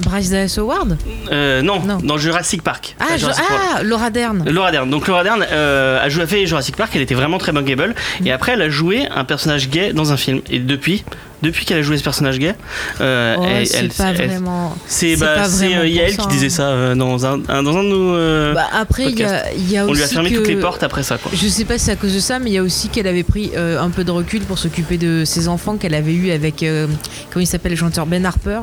S2: Bryce Dallas Howard
S1: Euh, non,
S2: Non.
S1: dans Jurassic Park.
S2: Ah,
S1: Euh,
S2: je-
S1: Jurassic World.
S2: ah, Laura Dern.
S1: Laura Dern. Donc Laura Dern euh, a joué, a fait Jurassic Park. Elle était vraiment très bankable.
S2: Mm.
S1: Et après, elle a joué un personnage gay dans un film. Et depuis, depuis qu'elle a joué ce personnage gay, euh,
S2: Oh,
S1: elle-
S2: c'est
S1: elle-
S2: pas
S1: elle-
S2: vraiment.
S1: C'est
S2: c'est
S1: bah,
S2: pas
S1: c'est
S2: vraiment
S1: euh,
S2: pour
S1: Yael
S2: ça,
S1: qui
S2: hein.
S1: disait ça euh, dans un, un- dans un de nos. euh,
S2: Bah, après, il y a, il y a
S1: on
S2: aussi.
S1: lui a fermé
S2: que-
S1: toutes les portes après ça quoi.
S2: Je sais pas si c'est à cause de ça, mais il y a aussi qu'elle avait pris euh, un peu de recul pour s'occuper de ses enfants qu'elle avait eu avec. euh, comment il s'appelle le chanteur Ben Harper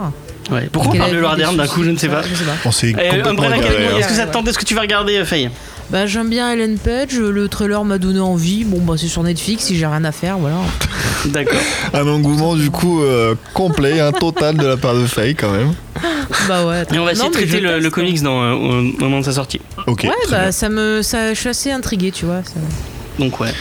S1: Ouais. Pourquoi on
S2: Qu'elle
S1: parle
S2: avait
S1: de
S2: eu
S1: Laura
S2: des
S1: Dern d'un coup Je ne sais
S2: soucis,
S1: pas.
S2: Je sais pas.
S3: On s'est
S1: Euh,
S3: complètement
S1: Umbrella
S3: égaré,
S1: Academy,
S3: hein.
S1: est-ce que ça te tente Est-ce que tu vas regarder euh, Faye
S2: Bah, j'aime bien Ellen Page, le trailer m'a donné envie. Bon, bah, c'est sur Netflix, si j'ai rien à faire, voilà.
S1: D'accord.
S3: Un engouement du coup euh, complet, un total de la part de Faye quand même.
S2: bah, ouais.
S1: Et on va essayer
S2: Non,
S1: de
S2: mais
S1: traiter
S2: je
S1: le,
S2: teste,
S1: le
S2: hein.
S1: comics dans, euh, au au moment de sa sortie.
S3: Ok.
S2: Ouais,
S3: très
S2: bah,
S3: bien.
S2: ça me. Ça, je suis assez intriguée, tu vois. ça-
S1: Donc ouais.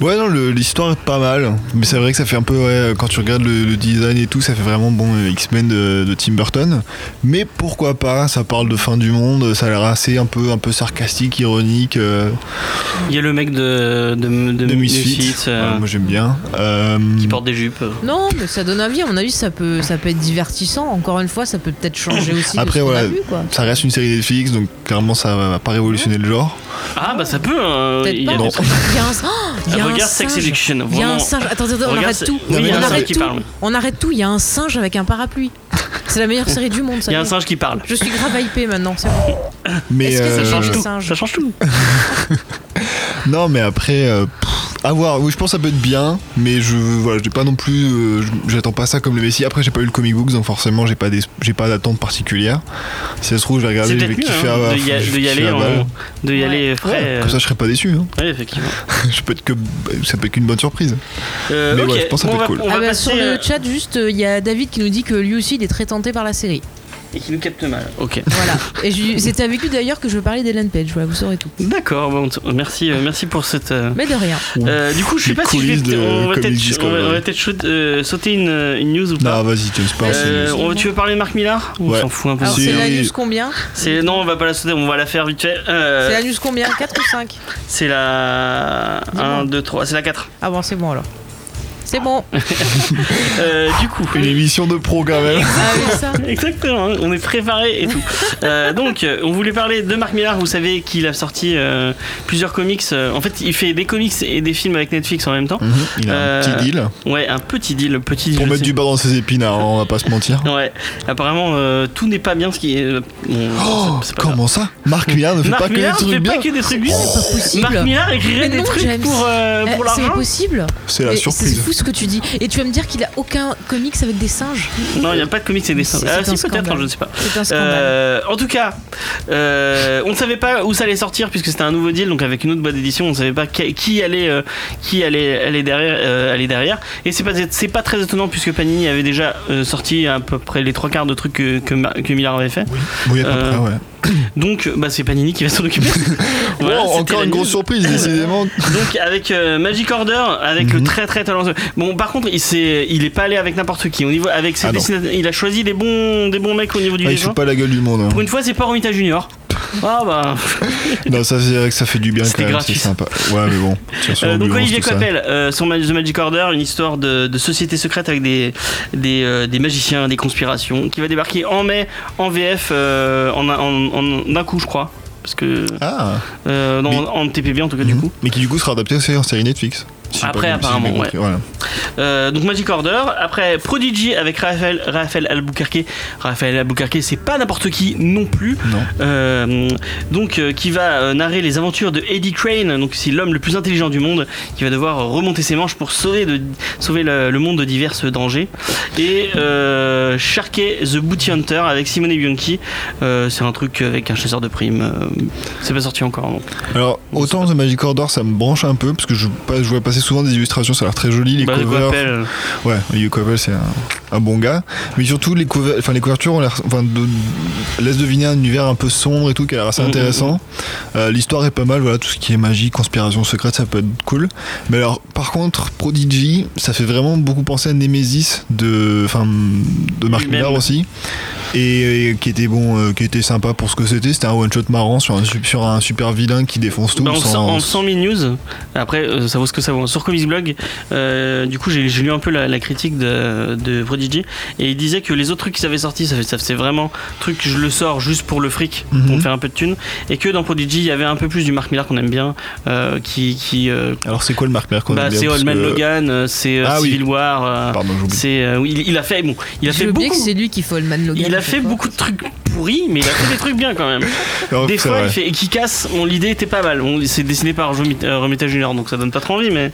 S3: Ouais, non, le- l'histoire est pas mal. Mais c'est vrai que ça fait un peu, ouais, quand tu regardes le, le design et tout, ça fait vraiment bon euh, X-Men de, de Tim Burton. Mais pourquoi pas Ça parle de fin du monde, ça a l'air assez un peu, un peu sarcastique, ironique, euh,
S1: Il y a le mec de, de, de,
S3: de Misfits.
S1: Misfits, euh,
S3: Ouais, moi j'aime bien. Euh,
S1: qui porte des jupes.
S2: Non, mais ça donne envie. À mon avis, ça peut, ça peut être divertissant. Encore une fois, ça peut peut-être changer aussi.
S3: Après,
S2: de ce qu'on
S3: voilà.
S2: a vu, quoi.
S3: Euh, Ça reste une série Netflix, donc clairement ça va pas révolutionner le genre.
S1: Ah bah ça peut. euh,
S2: Peut-être
S1: il y a
S2: pas.
S1: des trucs. Ah,
S2: Il y a un, oh, il y a un
S1: Regarde Sex
S2: singe.
S1: Education.
S2: Il y a
S1: vraiment.
S2: un singe. Attends, attends, on
S1: Regarde,
S2: arrête
S1: c'est-
S2: tout.
S3: Non, mais il y a
S2: on,
S3: un singe
S2: arrête
S1: qui
S2: tout.
S1: parle.
S2: on arrête tout. Il y a un singe avec un parapluie. C'est la meilleure série du monde. Ça
S1: Il y a un
S2: y est.
S1: singe qui parle.
S2: Je suis grave hypée maintenant. c'est bon.
S3: Mais
S2: Est-ce que ça
S3: euh, Ah
S2: change tout
S1: Ça change tout.
S3: Non, mais après, euh, pff, à voir. Oui, je pense que ça peut être bien, mais je voilà, j'ai pas non plus. euh, je- J'attends pas ça comme le Messi. Après, j'ai pas eu le comic book, donc forcément, j'ai pas des- j'ai pas d'attente particulière. Si ça se trouve, je vais
S1: C'est
S3: regarder, je vais
S1: peut-être mieux
S3: kiffer.
S1: hein,
S3: à-
S1: de, y a-
S3: euh, je
S1: de
S3: vais
S1: y
S3: kiffer
S1: aller,
S3: à
S1: en-
S3: balle.
S1: de y aller frais.
S3: Ouais,
S1: euh,
S3: Comme ça, je serais pas déçu. hein.
S1: ouais, effectivement.
S3: je peux être que ça peut être qu'une bonne surprise.
S1: Euh,
S3: Mais ouais,
S1: ok,
S3: je pense que ça
S1: on
S3: peut
S1: va-
S3: être cool.
S1: on va
S2: Ah bah,
S1: passer,
S2: sur
S1: euh,
S2: le chat, juste, euh, il y a David qui nous dit que lui aussi, il est très tenté par la série.
S1: Et qui nous capte mal. Ok.
S2: Voilà. Et je- c'était avec lui d'ailleurs que je parlais d'Ellen Page. Voilà, vous saurez tout.
S1: D'accord, bon, t- merci, euh, merci pour cette. euh,
S2: Mais de rien.
S1: euh, du coup, je sais
S3: Les
S1: pas si je vais-
S3: coulisses de
S1: on va
S3: Comics
S1: peut-être on
S3: Discovery.
S1: va- on va peut-être shoot- euh, sauter une, une news ou
S3: Non,
S1: pas.
S3: vas-y, tu pas.
S1: Euh,
S3: c'est-
S1: on- tu veux parler de Marc Millar On
S3: Ouais.
S1: s'en fout un peu.
S2: Alors,
S3: Si,
S2: c'est la
S3: oui.
S2: news combien
S1: C'est non, on va pas la sauter, on va la faire vite fait. Euh,
S2: C'est la news combien 4 ou 5
S1: c'est la
S2: Dis-moi.
S1: 1 2 3, c'est la 4.
S2: Ah bon, c'est bon alors. C'est bon.
S1: Euh, du coup,
S3: Une émission de pro quand même.
S2: Ah oui, ça.
S1: Exactement, hein, on est préparé et tout. Euh, donc, euh, on voulait parler de Marc Millar. Vous savez qu'il a sorti euh, plusieurs comics. Euh, en fait, il fait des comics et des films avec Netflix en même temps.
S3: Mhm, Il a un
S1: Euh,
S3: petit deal
S1: Ouais, un petit deal, petit.
S3: pour
S1: je
S3: mettre
S1: sais-
S3: du beurre dans ses épines. hein, On va pas se mentir.
S1: Ouais. Apparemment, euh, tout n'est pas bien. Ce qui est. euh, bon,
S3: Oh,
S1: c'est- c'est pas grave.
S3: comment ça Marc Millard ne fait
S1: Marc
S3: pas que des
S1: Millar fait
S3: trucs
S1: pas
S3: bien.
S1: que des trucs bien.
S2: Oh, C'est pas possible.
S1: Marc Millar écrirait
S2: Mais
S1: des
S2: non,
S1: trucs
S2: James.
S1: pour, euh,
S2: Eh,
S1: pour
S2: c'est
S1: l'argent.
S2: impossible.
S3: C'est la
S2: Mais C'est
S3: surprise.
S2: fou ce que tu dis. Et tu vas me dire qu'il a aucun comics avec des singes
S1: Non, il n'y a pas de comics et des
S2: C'est-
S1: dessins.
S2: c'est
S1: Ah,
S2: un
S1: si, peut-être,
S2: scandale.
S1: je ne sais pas.
S2: C'est un scandale.
S1: Euh, en tout cas, euh, on ne savait pas où ça allait sortir puisque c'était un nouveau deal, donc avec une autre boîte d'édition, on ne savait pas qui, qui allait, euh, qui allait aller derrière, euh, aller derrière. Et c'est pas, c'est pas très étonnant puisque Panini avait déjà euh, sorti à peu près les trois quarts de trucs que que, Mar- que Millard avait fait.
S3: Oui, à peu
S1: Euh,
S3: près, ouais.
S1: Donc, bah, c'est Panini qui va s'en occuper. Voilà,
S3: Oh,
S1: c'était
S3: encore
S1: la
S3: une
S1: news.
S3: grosse surprise, décidément.
S1: Donc avec euh, Magic Order, avec le
S3: Mhm.
S1: très très talentueux. Bon, par contre, il s'est, il est pas allé avec n'importe qui. Au niveau, avec ses
S3: Ah non.
S1: dessinateurs, il a choisi des bons, des bons mecs au niveau du
S3: Ah, il
S1: dessin.
S3: fout pas la gueule du monde. hein.
S1: Pour une fois, c'est pas Romita Junior. Ah bah.
S3: Non, ça c'est vrai que ça fait du bien
S1: C'était
S3: quand même, c'est
S1: gratuit.
S3: sympa. Ouais, mais bon. tiens, sur
S1: Euh, donc
S3: l'ambulance,
S1: Olivier
S3: tout ça.
S1: Coppel, euh, son Ma- The Magic Order, une histoire de, de société secrète avec des, des, euh, des magiciens, des conspirations, qui va débarquer en mai en VF euh, en, un- en- en- d'un coup, je crois. Parce que.
S3: Ah,
S1: euh, non,
S3: Mais-
S1: en, en TPB en tout cas, du
S3: Mhm.
S1: coup.
S3: mais qui du coup sera adapté aussi en série Netflix. Si
S1: Après,
S3: j'ai pas- si j'ai
S1: apparemment,
S3: bien compris, Voilà.
S1: Euh, donc Magic Order. Après Prodigy avec Raphaël, Raphaël Albuquerque. Raphaël Albuquerque, c'est pas n'importe qui non plus.
S3: Non.
S1: Euh, donc euh, qui va euh, narrer les aventures de Eddie Crane, donc c'est l'homme le plus intelligent du monde, qui va devoir remonter ses manches pour sauver, de, sauver le, le monde de divers dangers. Et euh, Sharkey the Booty Hunter avec Simone Bianchi, Euh, c'est un truc avec un chasseur de primes. euh, c'est pas sorti encore. Donc.
S3: Alors, autant The Magic Order, ça me branche un peu, parce que je, passe- je vois passer souvent des illustrations, ça a l'air très joli, les
S1: Bah, de quoi
S3: covers.
S1: appelle, euh,
S3: Ouais, Olivier Coppel, c'est un, un bon gars. Mais surtout, les, couver- enfin, les couvertures ont l'air- enfin, de- laissent deviner un univers un peu sombre et tout, qui a l'air assez
S1: Mhm,
S3: intéressant. Euh, L'histoire est pas mal, voilà, tout ce qui est magie, conspiration secrète, ça peut être cool. Mais alors, par contre, Prodigy, ça fait vraiment beaucoup penser à Nemesis de, enfin, de Mark
S1: Lui-même.
S3: Millar aussi. Et, et qui était bon, euh, qui était sympa pour ce que c'était. C'était un one shot marrant sur un, su- sur un super vilain qui défonce tout.
S1: Bah, en,
S3: sans-
S1: 100, en 100 000 news, après euh, ça vaut ce que ça vaut. Sur Comics Blog, euh, du coup j'ai j'ai lu un peu la, la critique de, de Prodigy et il disait que les autres trucs qu'ils avaient sortis, ça, fait- ça faisait vraiment truc, je le sors juste pour le fric,
S3: Mhm.
S1: pour me faire un peu de thune, et que dans Prodigy il y avait un peu plus du Mark Millar qu'on aime bien, euh, qui. qui euh,
S3: Alors, c'est quoi le Mark Millar qu'on
S1: bah,
S3: aime bien,
S1: c'est
S3: parce
S1: Old Man
S3: que-
S1: Logan, euh, c'est euh,
S3: Ah oui.
S1: Civil War, euh,
S3: Pardon, j'oublie.
S1: c'est. euh, oui, il, il a fait, bon, il a
S2: J'ai
S1: fait
S2: oublié que
S1: beaucoup.
S2: c'est lui qui fait Holman Logan.
S1: Il
S2: à
S1: a
S2: chaque
S1: fait
S2: fois.
S1: beaucoup de trucs pourris, mais il a fait des trucs bien quand même.
S3: Alors,
S1: Des
S3: Oh, c'est
S1: fois,
S3: vrai.
S1: il fait euh, et qui casse. Bon, l'idée était pas mal. Bon, c'est dessiné par Romita Junior, donc ça donne pas trop envie, mais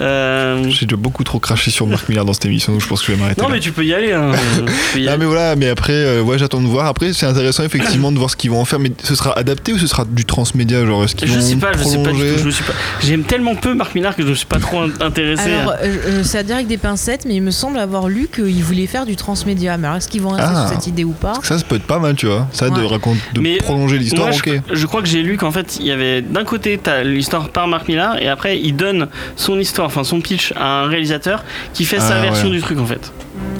S1: Euh,
S3: J'ai déjà beaucoup trop craché sur Marc Millard dans cette émission, donc je pense que je vais m'arrêter.
S1: Non,
S3: là.
S1: mais tu peux y aller. hein. Tu peux y
S3: Ah
S1: aller.
S3: mais voilà, mais après, euh, ouais, j'attends de voir. Après, c'est intéressant effectivement de voir ce qu'ils vont en faire, mais ce sera adapté ou ce sera du transmédia, genre est-ce qu'ils
S1: Je
S3: vont
S1: sais pas, je sais pas du
S3: prolonger
S1: tout. Je me suis pas. J'aime tellement peu Marc Millard que je me suis pas trop in- intéressé.
S2: Alors,
S1: à-
S2: euh, euh, c'est à dire avec des pincettes, mais il me semble avoir lu qu'ils voulaient faire du transmédia. Mais alors, est-ce qu'ils vont rester
S3: Ah.
S2: sur cette idée ou pas
S3: Ça, ça peut être pas mal, tu vois. Ça de
S2: Ouais.
S3: raconte, de
S1: Mais
S3: prolonger l'histoire,
S1: Moi,
S3: ok.
S1: je, je crois que j'ai lu qu'en fait, il y avait d'un côté t'as l'histoire par Marc Millard et après il donne son histoire, enfin son pitch à un réalisateur qui fait sa
S3: Ah,
S1: version
S3: ouais.
S1: du truc en fait.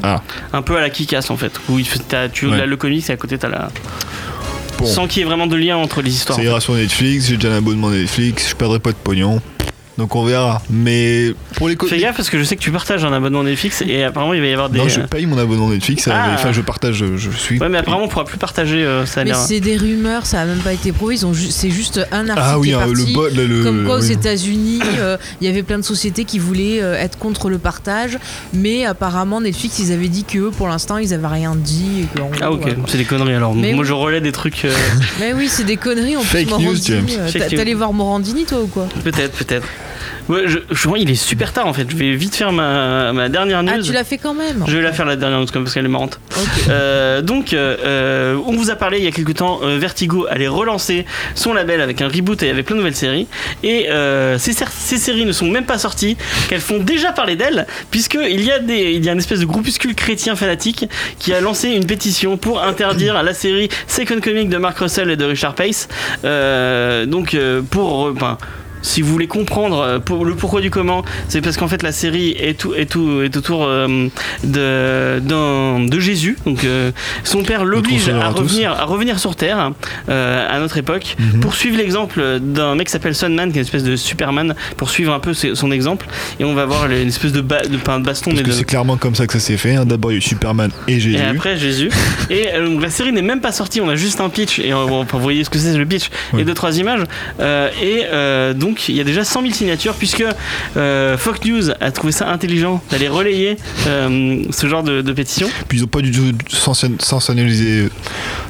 S3: Ah.
S1: Un peu à la Kick-Ass en fait, où il fait- t'as- tu
S3: Ouais.
S1: as le comics et à côté t'as la.
S3: Bon.
S1: Sans qu'il y ait vraiment de lien entre les histoires.
S3: Ça ira sur Netflix, j'ai déjà un abonnement Netflix, je perdrai pas de pognon. Donc on verra. Mais pour les côtés.
S1: Fais gaffe parce que je sais que tu partages un abonnement Netflix et apparemment il va y avoir des.
S3: Non, je paye mon abonnement Netflix, euh,
S1: Ah.
S3: enfin je partage, je, je suis.
S1: Ouais, mais apparemment on pourra plus partager euh, ça a
S2: Mais
S1: l'air.
S2: c'est des rumeurs, ça a même pas été prouvé. Ils ont ju- c'est juste un article
S3: Ah oui,
S2: qui est
S3: hein, le
S2: parti.
S3: bot, le. le-
S2: Comme quoi, aux
S3: oui.
S2: États-Unis, euh, il y avait plein de sociétés qui voulaient euh, être contre le partage, mais apparemment Netflix, ils avaient dit que eux, pour l'instant, ils avaient rien dit. et que, en
S1: Ah
S2: gros,
S1: ok,
S2: voilà.
S1: c'est des conneries alors.
S2: Mais
S1: Moi
S2: oui.
S1: je relais des trucs. euh,
S2: Mais oui, c'est des conneries. En
S3: Fake
S2: plus,
S3: news,
S2: Morandini,
S3: James.
S2: euh,
S1: Fake
S2: t'as-
S1: news.
S2: t'allais voir Morandini, toi ou quoi
S1: peut-être, peut-être. Ouais, je, je vois, il est super tard en fait. Je vais vite faire ma, ma dernière news.
S2: Ah, tu l'as fait quand même.
S1: Je vais la faire la dernière news comme parce qu'elle est marrante. Euh, donc, euh, euh, on vous a parlé il y a quelques temps, euh, Vertigo allait relancer son label avec un reboot et avec plein de nouvelles séries. Et euh, ces, ser- ces séries ne sont même pas sorties, qu'elles font déjà parler d'elles, puisqu'il y, a des- il y a une espèce de groupuscule chrétien fanatique qui a lancé une pétition pour interdire la série Second Comic de Mark Russell et de Richard Pace. Euh, donc, euh, pour. euh, ben, si vous voulez comprendre euh, pour- le pourquoi du comment, c'est parce qu'en fait la série est, tout, est, tout, est autour euh, de, d'un- de Jésus. Donc euh, son père l'oblige
S3: sauveur
S1: à
S3: à tous.
S1: revenir, à revenir sur Terre euh, à notre époque
S3: Mhm.
S1: pour suivre l'exemple d'un mec qui s'appelle Sunman, qui est une espèce de Superman, pour suivre un peu ses- son exemple. Et on va voir les- une espèce de, ba- de, pas de baston,
S3: Parce
S1: mais
S3: que
S1: de,
S3: c'est clairement comme ça que ça s'est fait. hein. D'abord, il y a eu Superman et Jésus.
S1: et après Jésus. Et euh, donc, la série n'est même pas sortie, on a juste un pitch. Et euh, bon, vous voyez ce que c'est le pitch.
S3: Oui.
S1: Et deux, trois images. Euh, et euh, donc il y a déjà 100 000 signatures, puisque euh, Fox News a trouvé ça intelligent d'aller relayer euh, ce genre de, de pétition.
S3: Puis ils ont pas du tout sensi- sensationnalisé. euh,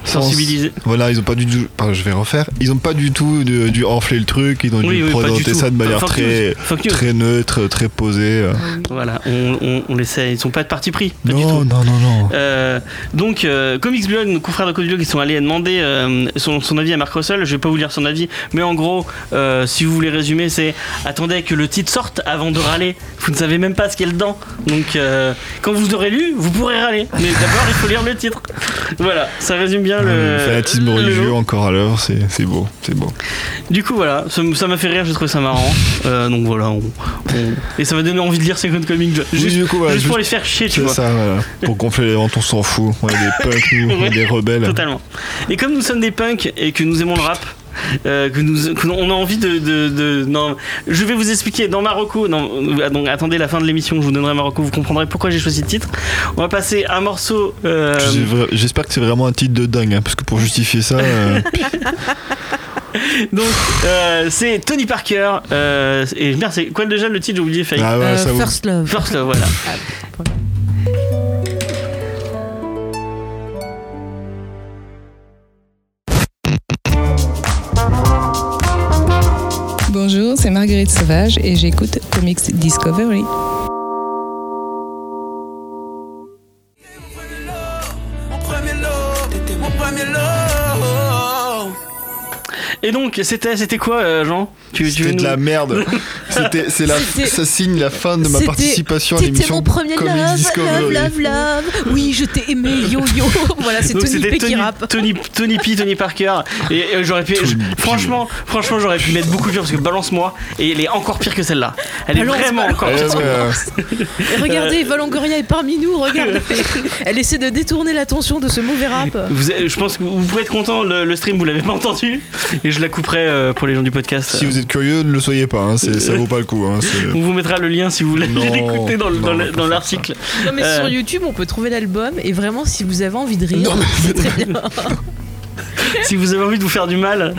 S3: sens-
S1: Sensibiliser.
S3: Voilà, ils ont pas du tout. pardon, je vais refaire. Ils ont pas du tout de- dû enfler le truc. Ils ont dû présenter ça de manière
S1: Fox
S3: très,
S1: News. Fox News.
S3: très neutre, très posée. euh.
S1: Voilà, on, on, on les sait, ils sont pas de parti pris. Pas du tout.
S3: Non, non, non, non.
S1: Euh, donc, euh, Comics Blog, nos confrères de Comics Blog, ils sont allés demander euh, son, son avis à Mark Russell. Je vais pas vous lire son avis, mais en gros, euh, si vous voulez résumer, c'est attendez que le titre sorte avant de râler. Vous ne savez même pas ce qu'il y a dedans. Donc, euh, quand vous aurez lu, vous pourrez râler. Mais d'abord, il faut lire le titre. Voilà, ça résume bien le,
S3: Le fanatisme
S1: Euh, le-
S3: religieux encore à l'heure, c'est c'est beau, c'est beau.
S1: Du coup, voilà, ça m- ça m'a fait rire, j'ai trouvé ça marrant. Euh, donc voilà, on- on- et ça m'a donné envie de lire Second Comics juste,
S3: Oui, du coup, voilà,
S1: juste pour
S3: juste-
S1: les faire chier, tu
S3: C'est
S1: vois.
S3: ça, voilà. Pour gonfler les ventes, on s'en fout. On est des punks, nous, on est des rebelles.
S1: Totalement. Et comme nous sommes des punks et que nous aimons le rap, euh, que nous, que on a envie de, de- de- non, je vais vous expliquer dans Marocco. Non, euh, donc attendez la fin de l'émission, je vous donnerai Marocco, vous comprendrez pourquoi j'ai choisi le titre. On va passer un morceau. euh,
S3: Je sais vra- J'espère que c'est vraiment un titre de dingue, hein, parce que pour justifier ça, euh,
S1: donc euh, c'est Tony Parker. euh, et merde, c'est quoi déjà le titre J'ai oublié. Faye.
S3: ah ouais,
S2: Euh,
S3: ça vous.
S2: First Love.
S1: First Love, voilà.
S4: Bonjour, c'est Marguerite Sauvage et j'écoute Comics Discovery.
S5: Mon premier lot, t'étais mon premier lot.
S1: Et donc c'était c'était quoi euh, Jean Tu, tu veux
S3: C'était de
S1: nous-
S3: la merde. C'était, c'est la,
S2: C'était-
S3: ça signe la fin de ma
S2: C'était-
S3: participation à
S2: C'était
S3: l'émission.
S2: mon premier love,
S3: Comics
S2: love,
S3: Discovery.
S2: love, love. Oui, je t'ai aimé, yo yo. voilà, c'est
S1: Donc
S2: Tony
S1: c'était
S2: P qui
S1: Tony,
S2: rappe.
S1: Tony, Tony P, Tony Parker. Et, et j'aurais pu,
S3: Tony
S1: je-
S3: P.
S1: franchement, franchement, j'aurais pu mettre beaucoup pire parce que balance-moi. Et elle est encore pire que celle-là. Elle est
S2: Balance,
S1: vraiment
S2: balance.
S1: encore
S3: Eh
S1: pire.
S3: ouais, euh,
S2: Et regardez, Valongoria est parmi nous, regarde. Elle essaie de détourner l'attention de ce mauvais rap.
S3: Euh.
S1: Vous avez- je pense que vous pouvez être content. Le, le stream, vous l'avez pas entendu. Et je la couperai euh, pour les gens du podcast.
S3: si vous êtes curieux, ne le soyez pas. hein, c'est- ça vaut pas le coup. hein, c'est-
S1: On vous mettra le lien si vous voulez
S3: Non,
S1: l'écouter dans, le-
S3: non,
S1: dans
S3: on va
S1: le-
S3: pas
S1: dans
S3: faire
S1: l'article.
S2: Non mais
S1: Euh.
S2: sur YouTube, on peut trouver l'album et vraiment, si vous avez envie de rire,
S3: Non, mais-
S2: c'est très bien.
S1: Si vous avez envie de vous faire du mal,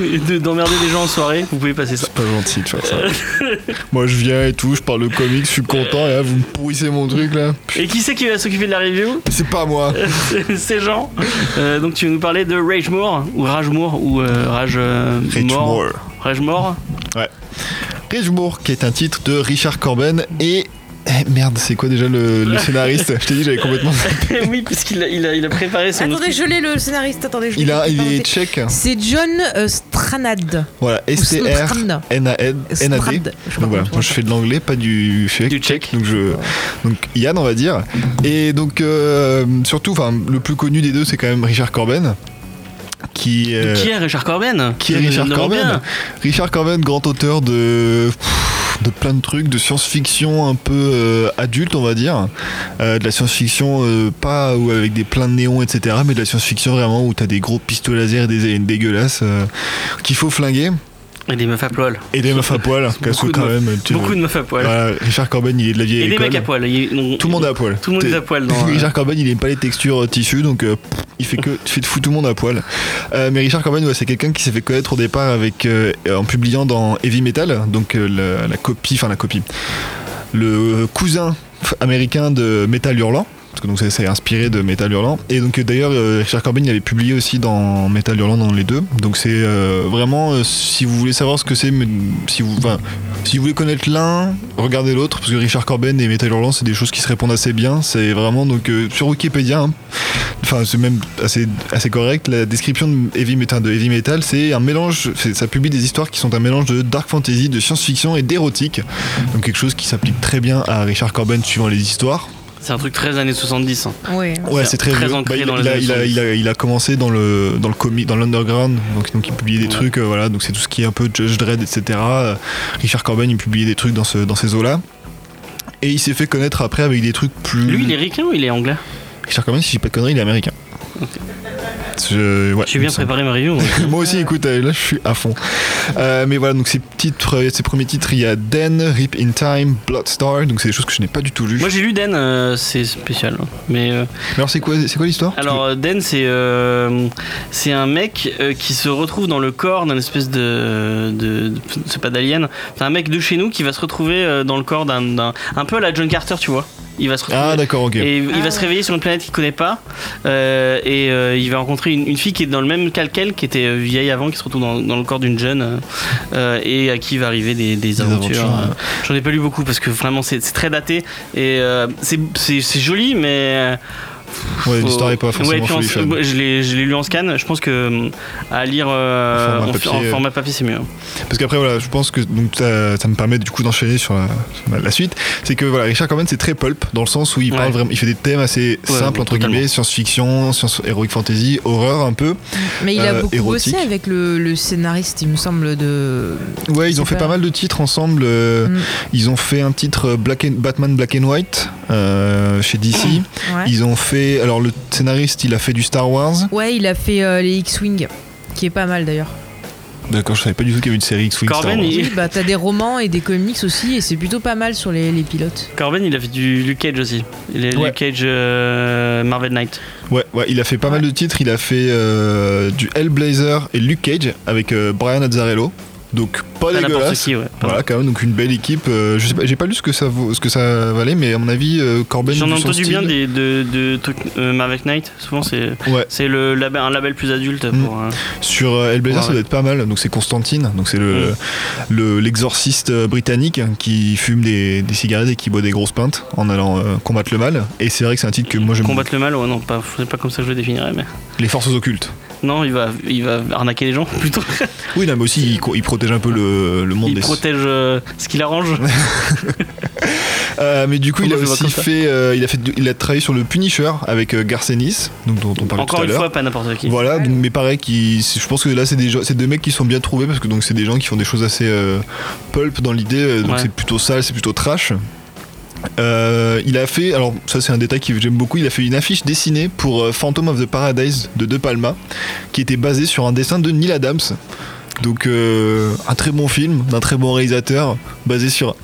S1: et de- d'emmerder des gens en soirée, vous pouvez passer ça.
S3: C'est pas gentil de faire ça. Moi, je viens et tout, je parle de comics, je suis content. Et là, vous me pourrissez mon truc là.
S1: Et qui c'est qui va s'occuper de la review
S3: C'est pas moi.
S1: C'est- C'est Jean. Euh, donc tu veux nous parler de Rage Moore ou Rage Moore ou euh, Rage euh,
S3: Rich
S1: Mort.
S3: Moore.
S1: Rage Mort.
S3: Ouais. Richbourg, qui est un titre de Richard Corben et. eh, Merde, c'est quoi déjà le, le scénariste Je t'ai dit, j'avais complètement.
S1: Eh oui, parce qu'il a, il a, il a préparé son.
S2: Attendez, je l'ai le scénariste. Attendez, je
S3: Il, a,
S2: l'ai
S3: il
S2: présenté.
S3: est tchèque.
S2: C'est John euh, Stranad.
S3: Voilà,
S2: Ou
S3: S-T-R.
S2: Strand.
S3: NAD.
S2: Strad, je sais pas
S3: Donc voilà,
S2: comment
S3: moi je fais de l'anglais, pas du fait.
S1: Du tchèque.
S3: Donc je, donc Yann on va dire. Et donc euh, surtout, enfin le plus connu des deux c'est quand même Richard Corben, qui, euh,
S1: Qui est Richard Corben Euh,
S3: qui est
S1: Je me
S3: Richard
S1: demande
S3: Corben
S1: bien.
S3: Richard Corben, grand auteur de de plein de trucs, de science-fiction un peu euh, adulte on va dire, Euh, de la science-fiction euh, pas ou avec des pleins de néons etc, mais de la science-fiction vraiment où t'as des gros pistolets laser et des aliens dégueulasses euh, qu'il faut flinguer.
S1: Et des meufs à poil.
S3: Et des meufs à poil, parce que
S1: de
S3: quand
S1: meufs.
S3: même. tu-
S1: Beaucoup de meufs à poil.
S3: Voilà, Richard Corben, il est de la vieille
S1: Et des
S3: école.
S1: mecs à poil. il- on-
S3: Tout le monde est à poil.
S1: Tout le monde
S3: T'es-
S1: est à poil dans. euh,
S3: Richard Corben, il aime pas les textures euh, tissu, donc euh, pff, il fait que il fait foutre tout le monde à poil. Euh, mais Richard Corben, ouais, c'est quelqu'un qui s'est fait connaître au départ avec euh, en publiant dans Heavy Metal, donc euh, la, la copie, enfin la copie, le cousin f- américain de Metal Hurlant. Parce que donc ça s'est inspiré de Metal Hurlant. Et donc euh, d'ailleurs, euh, Richard Corbin il avait publié aussi dans Metal Hurlant dans les deux. Donc c'est euh, vraiment, euh, si vous voulez savoir ce que c'est, mais, si vous, enfin, si vous voulez connaître l'un, regardez l'autre, parce que Richard Corben et Metal Hurlant, c'est des choses qui se répondent assez bien. C'est vraiment donc euh, sur Wikipédia, hein. enfin c'est même assez, assez correct. La description de Heavy Metal, de Heavy Metal, c'est un mélange. c'est- Ça publie des histoires qui sont un mélange de dark fantasy, de science-fiction et d'érotique. Donc quelque chose qui s'applique très bien à Richard Corben suivant les histoires.
S1: C'est un truc très années 70. hein.
S2: Ouais.
S3: Ouais,
S1: C'est
S3: c'est très,
S1: très
S3: vieux. Bah,
S1: ancré
S3: il,
S1: dans
S3: il
S1: les
S3: a,
S1: années
S3: il a-
S1: 70.
S3: il a- il a commencé dans le dans le comic, dans l'underground, donc, donc il publiait des
S1: Ouais.
S3: trucs, euh, voilà, donc c'est tout ce qui est un peu Judge Dredd, etc. Euh, Richard Corben, il publiait des trucs dans ce dans ces eaux-là. Et il s'est fait connaître après avec des trucs plus.
S1: Lui, il est ricain ou il est anglais
S3: Richard Corben, si j'ai pas de conneries, il est américain. Je- ouais,
S1: J'ai
S3: Bah, il me
S1: bien
S3: semble.
S1: préparé ma review. moi.
S3: Moi aussi, écoute, euh, là je suis à fond. Euh, mais voilà, donc ces, titres, ces premiers titres, il y a Den, Rip in Time, Bloodstar, donc c'est des choses que je n'ai pas du tout lues.
S1: Moi, j'ai lu Den, euh, c'est spécial. hein. Mais euh,
S3: Mais alors, c'est quoi, c'est quoi l'histoire
S1: alors, euh, Den, c'est euh, c'est un mec euh, qui se retrouve dans le corps d'un espèce de, de- de- c'est pas d'alien, c'est un mec de chez nous qui va se retrouver euh, dans le corps d'un d'un- un peu à la John Carter, tu vois. Il va se retrouver
S3: Ah, d'accord, ok.
S1: Et il va se réveiller sur une planète qu'il connaît pas. euh, et euh, il va rencontrer une, une fille qui est dans le même cas qu'elle, qui était euh, vieille avant, qui se retrouve dans, dans le corps d'une jeune. euh, euh, et à qui va arriver des, des aventures.
S3: aventures,
S1: euh. J'en ai pas lu beaucoup parce que vraiment c'est c'est très daté. Et euh, c'est- c'est c'est joli, mais. euh,
S3: Ouais,
S1: faut-
S3: l'histoire est pas forcément
S1: Ouais, puis en-
S3: folie, fan.
S1: moi, je l'ai je l'ai lu en scan. Je pense que euh, à lire euh,
S3: En format
S1: en-
S3: papier,
S1: en
S3: euh.
S1: format papier, c'est mieux.
S3: Parce qu'après, voilà, je pense que donc, ça, ça me permet du coup d'enchaîner sur la, sur la- la suite. C'est que voilà, Richard Corben, c'est très pulp, dans le sens où il parle
S1: Ouais.
S3: vraiment, il fait des thèmes assez
S1: Ouais,
S3: simples, entre
S1: totalement.
S3: guillemets, science-fiction, science heroic fantasy, horreur un peu.
S2: Mais il a
S3: Euh,
S2: beaucoup
S3: érotique.
S2: bossé avec le, le scénariste, il me semble, de.
S3: Ouais, ils ont fait
S2: Super.
S3: pas mal de titres ensemble. euh,
S2: Mm.
S3: Ils ont fait un titre euh, Black and- Batman Black and White euh, chez DC.
S2: Mm. Ouais.
S3: Ils ont fait. Alors, le scénariste, il a fait du Star Wars.
S2: Ouais, il a fait euh, les X-Wing, qui est pas mal d'ailleurs.
S3: D'accord, je savais pas du tout qu'il y avait une série X-Wing Star
S1: Corben,
S3: Wars.
S1: il,
S2: Oui, bah t'as des romans et des comics aussi, et c'est plutôt pas mal sur les, les pilotes.
S1: Corben, il a fait du Luke Cage aussi. Il est
S3: Ouais.
S1: Luke Cage euh, Marvel Knight.
S3: Ouais, ouais, il a fait pas mal de titres. Il a fait euh, du Hellblazer et Luke Cage avec euh, Brian Azzarello. Donc pas
S1: Pas n'importe
S3: Oh, dégueulasse.
S1: qui, ouais.
S3: Voilà, quand même, donc une belle équipe. Euh, je sais pas, j'ai pas lu ce que ça vaut, ce que ça valait, mais à mon avis, euh, Corben.
S1: J'en ai
S3: vu son
S1: entendu
S3: style-
S1: bien des, de, de trucs euh, Marvel Knight. Souvent, c'est
S3: Ouais.
S1: c'est le label, un label plus adulte
S3: Mm.
S1: pour. euh,
S3: Sur euh, Hellblazer,
S1: Ouais. Mm.
S3: ça doit être pas mal. Donc c'est Constantine, donc c'est le le- l'exorciste euh, britannique qui fume des, des cigarettes et qui boit des grosses pintes en allant euh, combattre le mal. Et c'est vrai que c'est un titre que moi j'aime.
S1: combattre le mal. Ouais, non, pas, c'est pas comme ça que je le définirais, mais.
S3: Les forces occultes.
S1: Non, il va, il va arnaquer les gens plutôt.
S3: Oui, non, mais aussi il, co- il protège un peu le, le monde
S1: il
S3: des
S1: protège euh, ce qu'il arrange.
S3: Euh, mais du coup, il
S1: Moi,
S3: a
S1: je le vois
S3: aussi
S1: comme ça.
S3: fait, euh, il a fait, il a travaillé sur le Punisher avec euh, Garcenis, donc dont on parlait
S1: Encore
S3: tout à
S1: une
S3: l'heure.
S1: fois, pas n'importe qui.
S3: Voilà, donc, mais pareil, qui, c'est- je pense que là, c'est des, gens- c'est deux mecs qui sont bien trouvés parce que donc c'est des gens qui font des choses assez euh, pulp dans l'idée, euh, donc
S1: Ouais.
S3: c'est plutôt sale, c'est plutôt trash. Euh, il a fait, alors ça c'est un détail que j'aime beaucoup, il a fait une affiche dessinée pour euh, Phantom of the Paradise de De Palma, qui était basée sur un dessin de Neil Adams. Donc euh, un très bon film d'un très bon réalisateur basé sur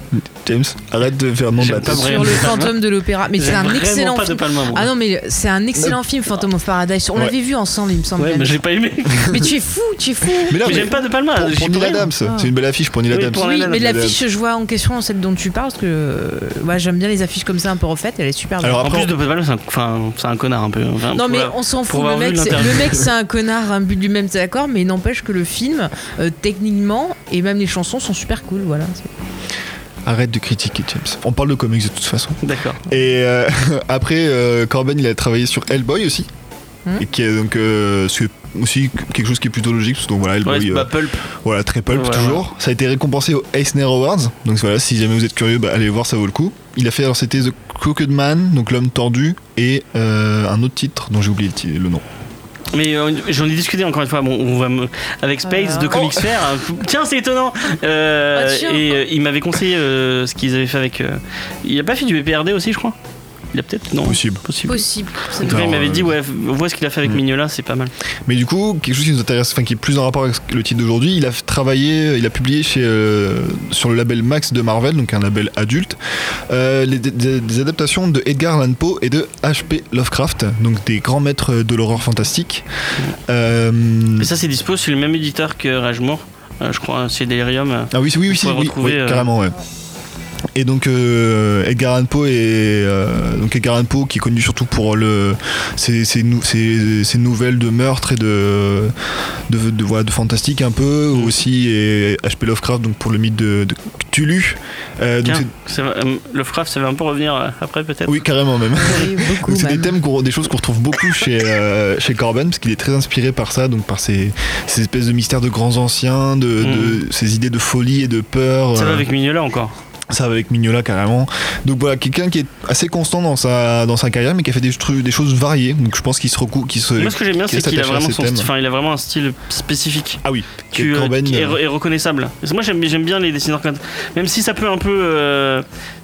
S3: James, arrête de faire le nom de la
S1: J'aime pas
S3: tête.
S1: vrai.
S2: sur le fantôme de l'opéra. Mais c'est
S1: J'aime
S2: un
S1: vraiment
S2: excellent
S1: pas de
S2: film.
S1: Palma, moi.
S2: Ah non, mais c'est un excellent film, Phantom of Paradise. On
S3: Ouais.
S2: l'avait vu ensemble, il me semble.
S1: Ouais,
S2: bien.
S1: mais je l'ai pas aimé.
S2: mais tu es fou, tu es fou.
S3: Mais là,
S1: mais
S3: mais
S1: j'aime pas de Palma.
S3: pour,
S1: j'y
S3: pour
S1: peux
S3: Neil
S1: rien.
S3: Adams,
S2: Ah.
S3: c'est une belle affiche pour Neil
S1: Oui,
S3: Adams.
S1: pour-
S2: Oui,
S1: Voilà,
S2: mais
S3: la-
S2: l'affiche, je vois en question celle dont tu parles, parce que euh, ouais, j'aime bien les affiches comme ça, un peu refaites, elle est super. belle.
S3: Alors
S1: En plus,
S3: après,
S1: de Palma, c'est un, enfin, c'est un connard un peu. Enfin,
S2: non
S1: pour
S2: mais
S1: la-
S2: on s'en
S1: pour
S2: fout, le
S1: avoir vu
S2: mec, c'est,
S1: l'interview.
S2: le mec c'est un connard, un but du même, c'est d'accord, mais il n'empêche que le film, euh, techniquement, et même les chansons sont super cool, voilà.
S3: arrête de critiquer James. On parle de comics de toute façon.
S1: D'accord.
S3: Et euh, après, euh, Corben, il a travaillé sur Hellboy aussi.
S2: Hmm.
S3: Et qui est donc euh, c'est aussi quelque chose qui est plutôt logique. parce que Donc voilà, Hellboy,
S1: Ouais, c'est
S3: euh,
S1: pas Pulp.
S3: voilà très pulp
S1: Ouais,
S3: toujours. Ça a été récompensé au Eisner Awards. Donc voilà, si jamais vous êtes curieux, bah, allez voir, ça vaut le coup. Il a fait, alors c'était The Crooked Man, donc l'homme tordu, et euh, un autre titre dont j'ai oublié le, ti- le nom.
S1: Mais euh, j'en ai discuté encore une fois. Bon, on va me- avec Space
S2: Ah.
S1: de Comics Fair. hein. Tiens, c'est étonnant. Euh,
S2: Ah, tiens.
S1: et euh, il m'avait conseillé euh, ce qu'ils avaient fait avec. euh, Il a pas fait du BPRD aussi, je crois. Il a peut-être non.
S3: Possible.
S1: Possible.
S2: Possible.
S1: En tout cas, il
S3: Non,
S1: m'avait
S3: euh,
S1: dit ouais, vois ce qu'il a fait avec
S3: Mm.
S1: Mignola, c'est pas mal.
S3: Mais du coup, quelque chose qui nous intéresse, enfin qui est plus en rapport avec ce que- le titre d'aujourd'hui, il a f- travaillé, il a publié chez, euh, sur le label Max de Marvel, donc un label adulte, euh, les- des, des adaptations de Edgar Allan Poe et de H.P. Lovecraft, donc des grands maîtres de l'horreur fantastique. Euh,
S1: Mais ça, c'est dispo sur le même éditeur que Rage Moore, euh, je crois, c'est Delirium. euh.
S3: ah oui, oui, oui,
S1: On
S3: oui,
S1: pourrait
S3: oui,
S1: retrouver,
S3: oui,
S1: euh,
S3: carrément, ouais. Et donc euh, Edgar Allan Poe et euh, donc Edgar Allan Poe qui est connu surtout pour le ses, ses nou- ses- ses nouvelles de meurtre et de de, de, voilà, de fantastique un peu
S1: Mm.
S3: aussi et H.P. Lovecraft donc pour le mythe de, de Cthulhu. Euh, donc
S1: Tiens,
S3: c'est-
S1: ça va, euh, Lovecraft, ça va un peu revenir euh, après, peut-être.
S3: oui carrément même.
S2: Oui, beaucoup
S3: Donc c'est des
S2: même.
S3: thèmes, qu'on- des choses qu'on retrouve beaucoup chez, euh, chez Corben, parce qu'il est très inspiré par ça, donc par ces, ces espèces de mystères de grands anciens, de, de- ces idées de folie et de peur.
S1: Mm. Ça va
S3: euh,
S1: avec Mignola encore.
S3: ça va avec Mignola carrément. Donc voilà, quelqu'un qui est assez constant dans sa, dans sa carrière, mais qui a fait des, tru- des choses variées. Donc je pense qu'il se recoupe, qu'il se.
S1: Moi, ce que j'aime bien,
S3: qui
S1: c'est
S3: reste
S1: qu'il a
S3: attaché à
S1: vraiment
S3: ses
S1: son
S3: thèmes.
S1: style, enfin, il a vraiment un style spécifique.
S3: Ah oui,
S1: tu,
S3: que
S1: euh,
S3: Corben,
S1: qui est,
S3: euh,
S1: re- est reconnaissable. Parce que moi j'aime j'aime bien les dessinateurs comme même si ça peut un peu euh,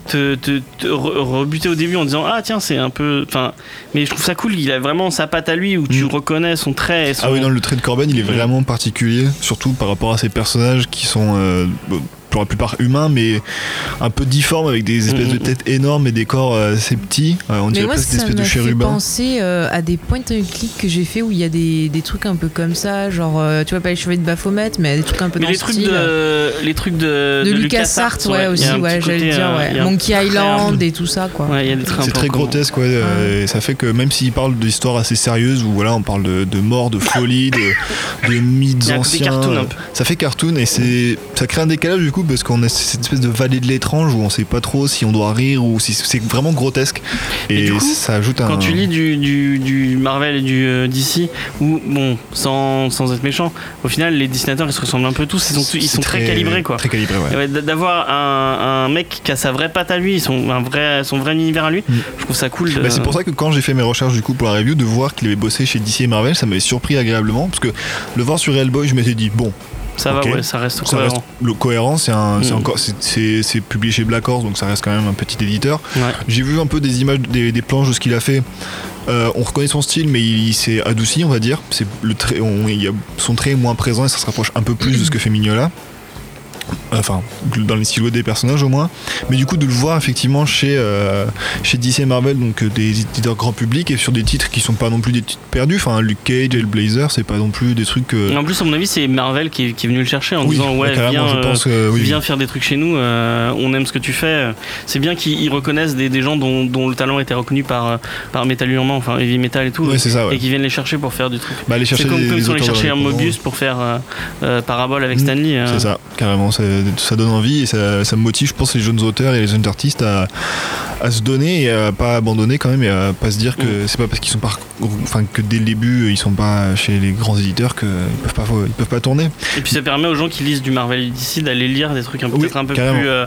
S1: te, te- te re- rebuter au début en disant ah tiens c'est un peu enfin mais je trouve ça cool il a vraiment sa patte à lui où tu
S3: Mm.
S1: reconnais son trait et son-
S3: Ah oui, non, le trait de Corben, il est vraiment particulier, surtout par rapport à ces personnages qui sont euh, bon, pour la plupart humains, mais un peu difformes, avec des espèces de
S1: Mhm.
S3: têtes énormes et des corps euh, assez petits. Euh, on
S2: Mais
S3: dirait
S2: moi,
S3: presque des
S2: ça
S3: espèces
S2: m'a
S3: de
S2: fait
S3: chérubins.
S2: penser euh, à des point and click que j'ai fait où il y a des, des trucs un peu comme ça, genre, euh, tu vois, pas les cheveux de Baphomet, mais des trucs un peu
S1: mais
S2: dans
S1: les
S2: ce
S1: trucs
S2: style.
S1: de les trucs de,
S2: de
S1: de
S2: Lucas Art,
S1: LucasArts,
S2: ouais,
S1: il y
S2: aussi,
S1: a un
S2: ouais,
S1: petit côté,
S2: j'allais dire,
S1: euh, il y
S2: ouais.
S1: a un
S2: Monkey
S1: trait un
S2: Island
S1: peu-
S2: et tout ça, quoi.
S1: ouais il y a des traits un
S3: C'est
S1: peu
S3: très
S1: encore-
S3: grotesque, ouais.
S1: Ah
S3: euh, et ça fait que même s'il parle d'histoires assez sérieuses où voilà, on parle de, de mort, de folie, de, de mythes
S1: Il y a un côté
S3: anciens,
S1: cartoon un
S3: euh,
S1: peu.
S3: ça fait cartoon et c'est ça crée un décalage du coup parce qu'on a cette espèce de vallée de l'étrange où on sait pas trop si on doit rire ou si c'est vraiment grotesque
S1: Et
S3: et
S1: du coup,
S3: ça ajoute un.
S1: Quand tu lis du, du, du Marvel et du euh, DC, ou bon, sans, sans être méchant, au final, les dessinateurs ils se ressemblent un peu tous, ils sont, tous- ils
S3: c'est
S1: sont très, calibrés quoi.
S3: Très calibrés, ouais.
S1: Et ouais, d- D'avoir un, un mec qui a sa vraie patte à lui, son, un vrai, son vrai univers à lui,
S3: Mm.
S1: je trouve ça cool. de-
S3: Bah, c'est pour ça que quand j'ai fait mes recherches du coup pour la review, de voir qu'il avait bossé chez DC et Marvel, ça m'avait surpris agréablement parce que le voir sur Hellboy, je m'étais dit bon,
S1: ça va,
S3: ok.
S1: ouais, ça reste
S3: Ça
S1: cohérent.
S3: reste- le cohérent, c'est un- c'est
S1: Mm.
S3: encore, c'est- c'est c'est publié chez Black Horse, donc ça reste quand même un petit éditeur.
S1: Ouais.
S3: J'ai vu un peu des images, des, des planches de ce qu'il a fait. Euh, on reconnaît son style, mais il, il s'est adouci, on va dire. C'est le trait, on- il y a son trait est moins présent et ça se rapproche un peu plus de ce que fait Mignola. Enfin, dans les silhouettes des personnages au moins. Mais du coup, de le voir effectivement chez, euh, chez DC et Marvel, donc euh, des éditeurs grand public et sur des titres qui sont pas non plus des titres perdus. Enfin, Luke Cage, Hellblazer, c'est pas non plus des trucs. euh,
S1: Et En plus, à mon avis, c'est Marvel qui est, qui est venu le chercher en
S3: oui,
S1: disant Ouais,
S3: carrément,
S1: viens,
S3: je
S1: euh,
S3: pense que oui,
S1: viens faire des trucs chez nous, euh, on aime ce que tu fais. C'est bien qu'ils ils reconnaissent des, des gens dont, dont le talent était reconnu par, euh, par Metal Hurlant, enfin Heavy Metal et tout,
S3: Ouais, c'est ça, ouais.
S1: et qui viennent les chercher pour faire du truc.
S3: Bah, aller
S1: C'est
S3: chercher
S1: comme,
S3: des-
S1: comme
S3: des
S1: si on allait
S3: auteurs
S1: chercher un
S3: indépendants.
S1: Mobius pour faire euh, euh, Parabole avec
S3: Mm.
S1: Stanley. euh,
S3: C'est ça, carrément. Ça, ça donne envie et ça, ça motive, je pense, les jeunes auteurs et les jeunes artistes à, à se donner et à pas abandonner quand même et à pas se dire que
S1: Mm.
S3: c'est pas parce qu'ils sont pas, enfin que dès le début ils sont pas chez les grands éditeurs qu'ils peuvent pas, ils peuvent pas tourner.
S1: Et puis ça permet aux gens qui lisent du Marvel et d'ici d'aller lire des trucs un peu,
S3: Oui,
S1: peut-être un peu
S3: carrément.
S1: plus. euh,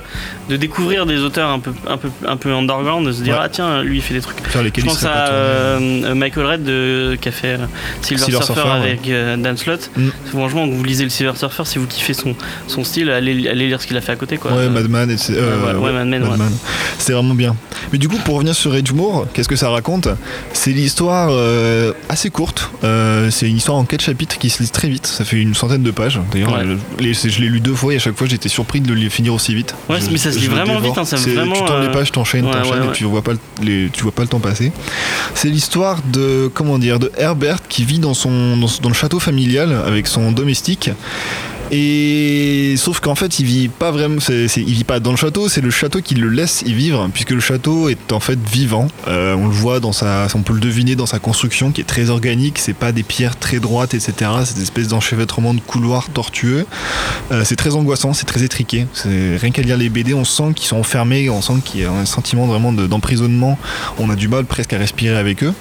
S1: de découvrir des auteurs un peu, un peu, un peu underground, de se dire
S3: Ouais.
S1: ah tiens, lui il fait des trucs.
S3: Faire lesquels
S1: Je
S3: ils
S1: pense
S3: seraient pas
S1: à
S3: tournés.
S1: euh, Michael Red de, qui a fait euh, Silver,
S3: Silver
S1: Surfer,
S3: Surfer, ouais.
S1: avec euh, Dan Slott.
S3: Mm.
S1: Franchement, vous lisez le Silver Surfer, si vous kiffez son, son style, allez, allez lire ce qu'il a fait à côté. Quoi.
S3: Ouais, Madman, et c'est- euh,
S1: ouais, ouais, Mad Men, ouais.
S3: Madman. C'était vraiment bien. Mais du coup, pour revenir sur Rage Moore, qu'est-ce que ça raconte C'est l'histoire euh, assez courte. Euh, c'est une histoire en quatre chapitres qui se lise très vite. Ça fait une centaine de pages. D'ailleurs,
S1: Ouais.
S3: euh, les- c'est- je l'ai lu deux fois et à chaque fois, j'étais surpris de le finir aussi vite.
S1: Ouais,
S3: Je-
S1: mais ça se lit
S3: je le
S1: vraiment
S3: dévore.
S1: vite, hein, ça
S3: C'est-
S1: vraiment,
S3: Tu tournes
S1: euh,
S3: les pages, t'enchaînes,
S1: ouais,
S3: t'enchaînes
S1: ouais,
S3: et tu vois pas le, les- tu vois pas le temps passer. C'est l'histoire de comment dire de Herbert qui vit dans son dans, son- dans le château familial avec son domestique. Et sauf qu'en fait, il vit pas vraiment. c'est- c'est- il vit pas dans le château. C'est le château qui le laisse y vivre, puisque le château est en fait vivant. Euh, on le voit dans sa, on peut le deviner dans sa construction qui est très organique. C'est pas des pierres très droites, etc. C'est des espèces d'enchevêtrement de couloirs tortueux. Euh, c'est très angoissant, c'est très étriqué. C'est rien qu'à lire les BD, on sent qu'ils sont enfermés, on sent qu'il y a un sentiment vraiment de- d'emprisonnement. on a du mal presque à respirer avec eux.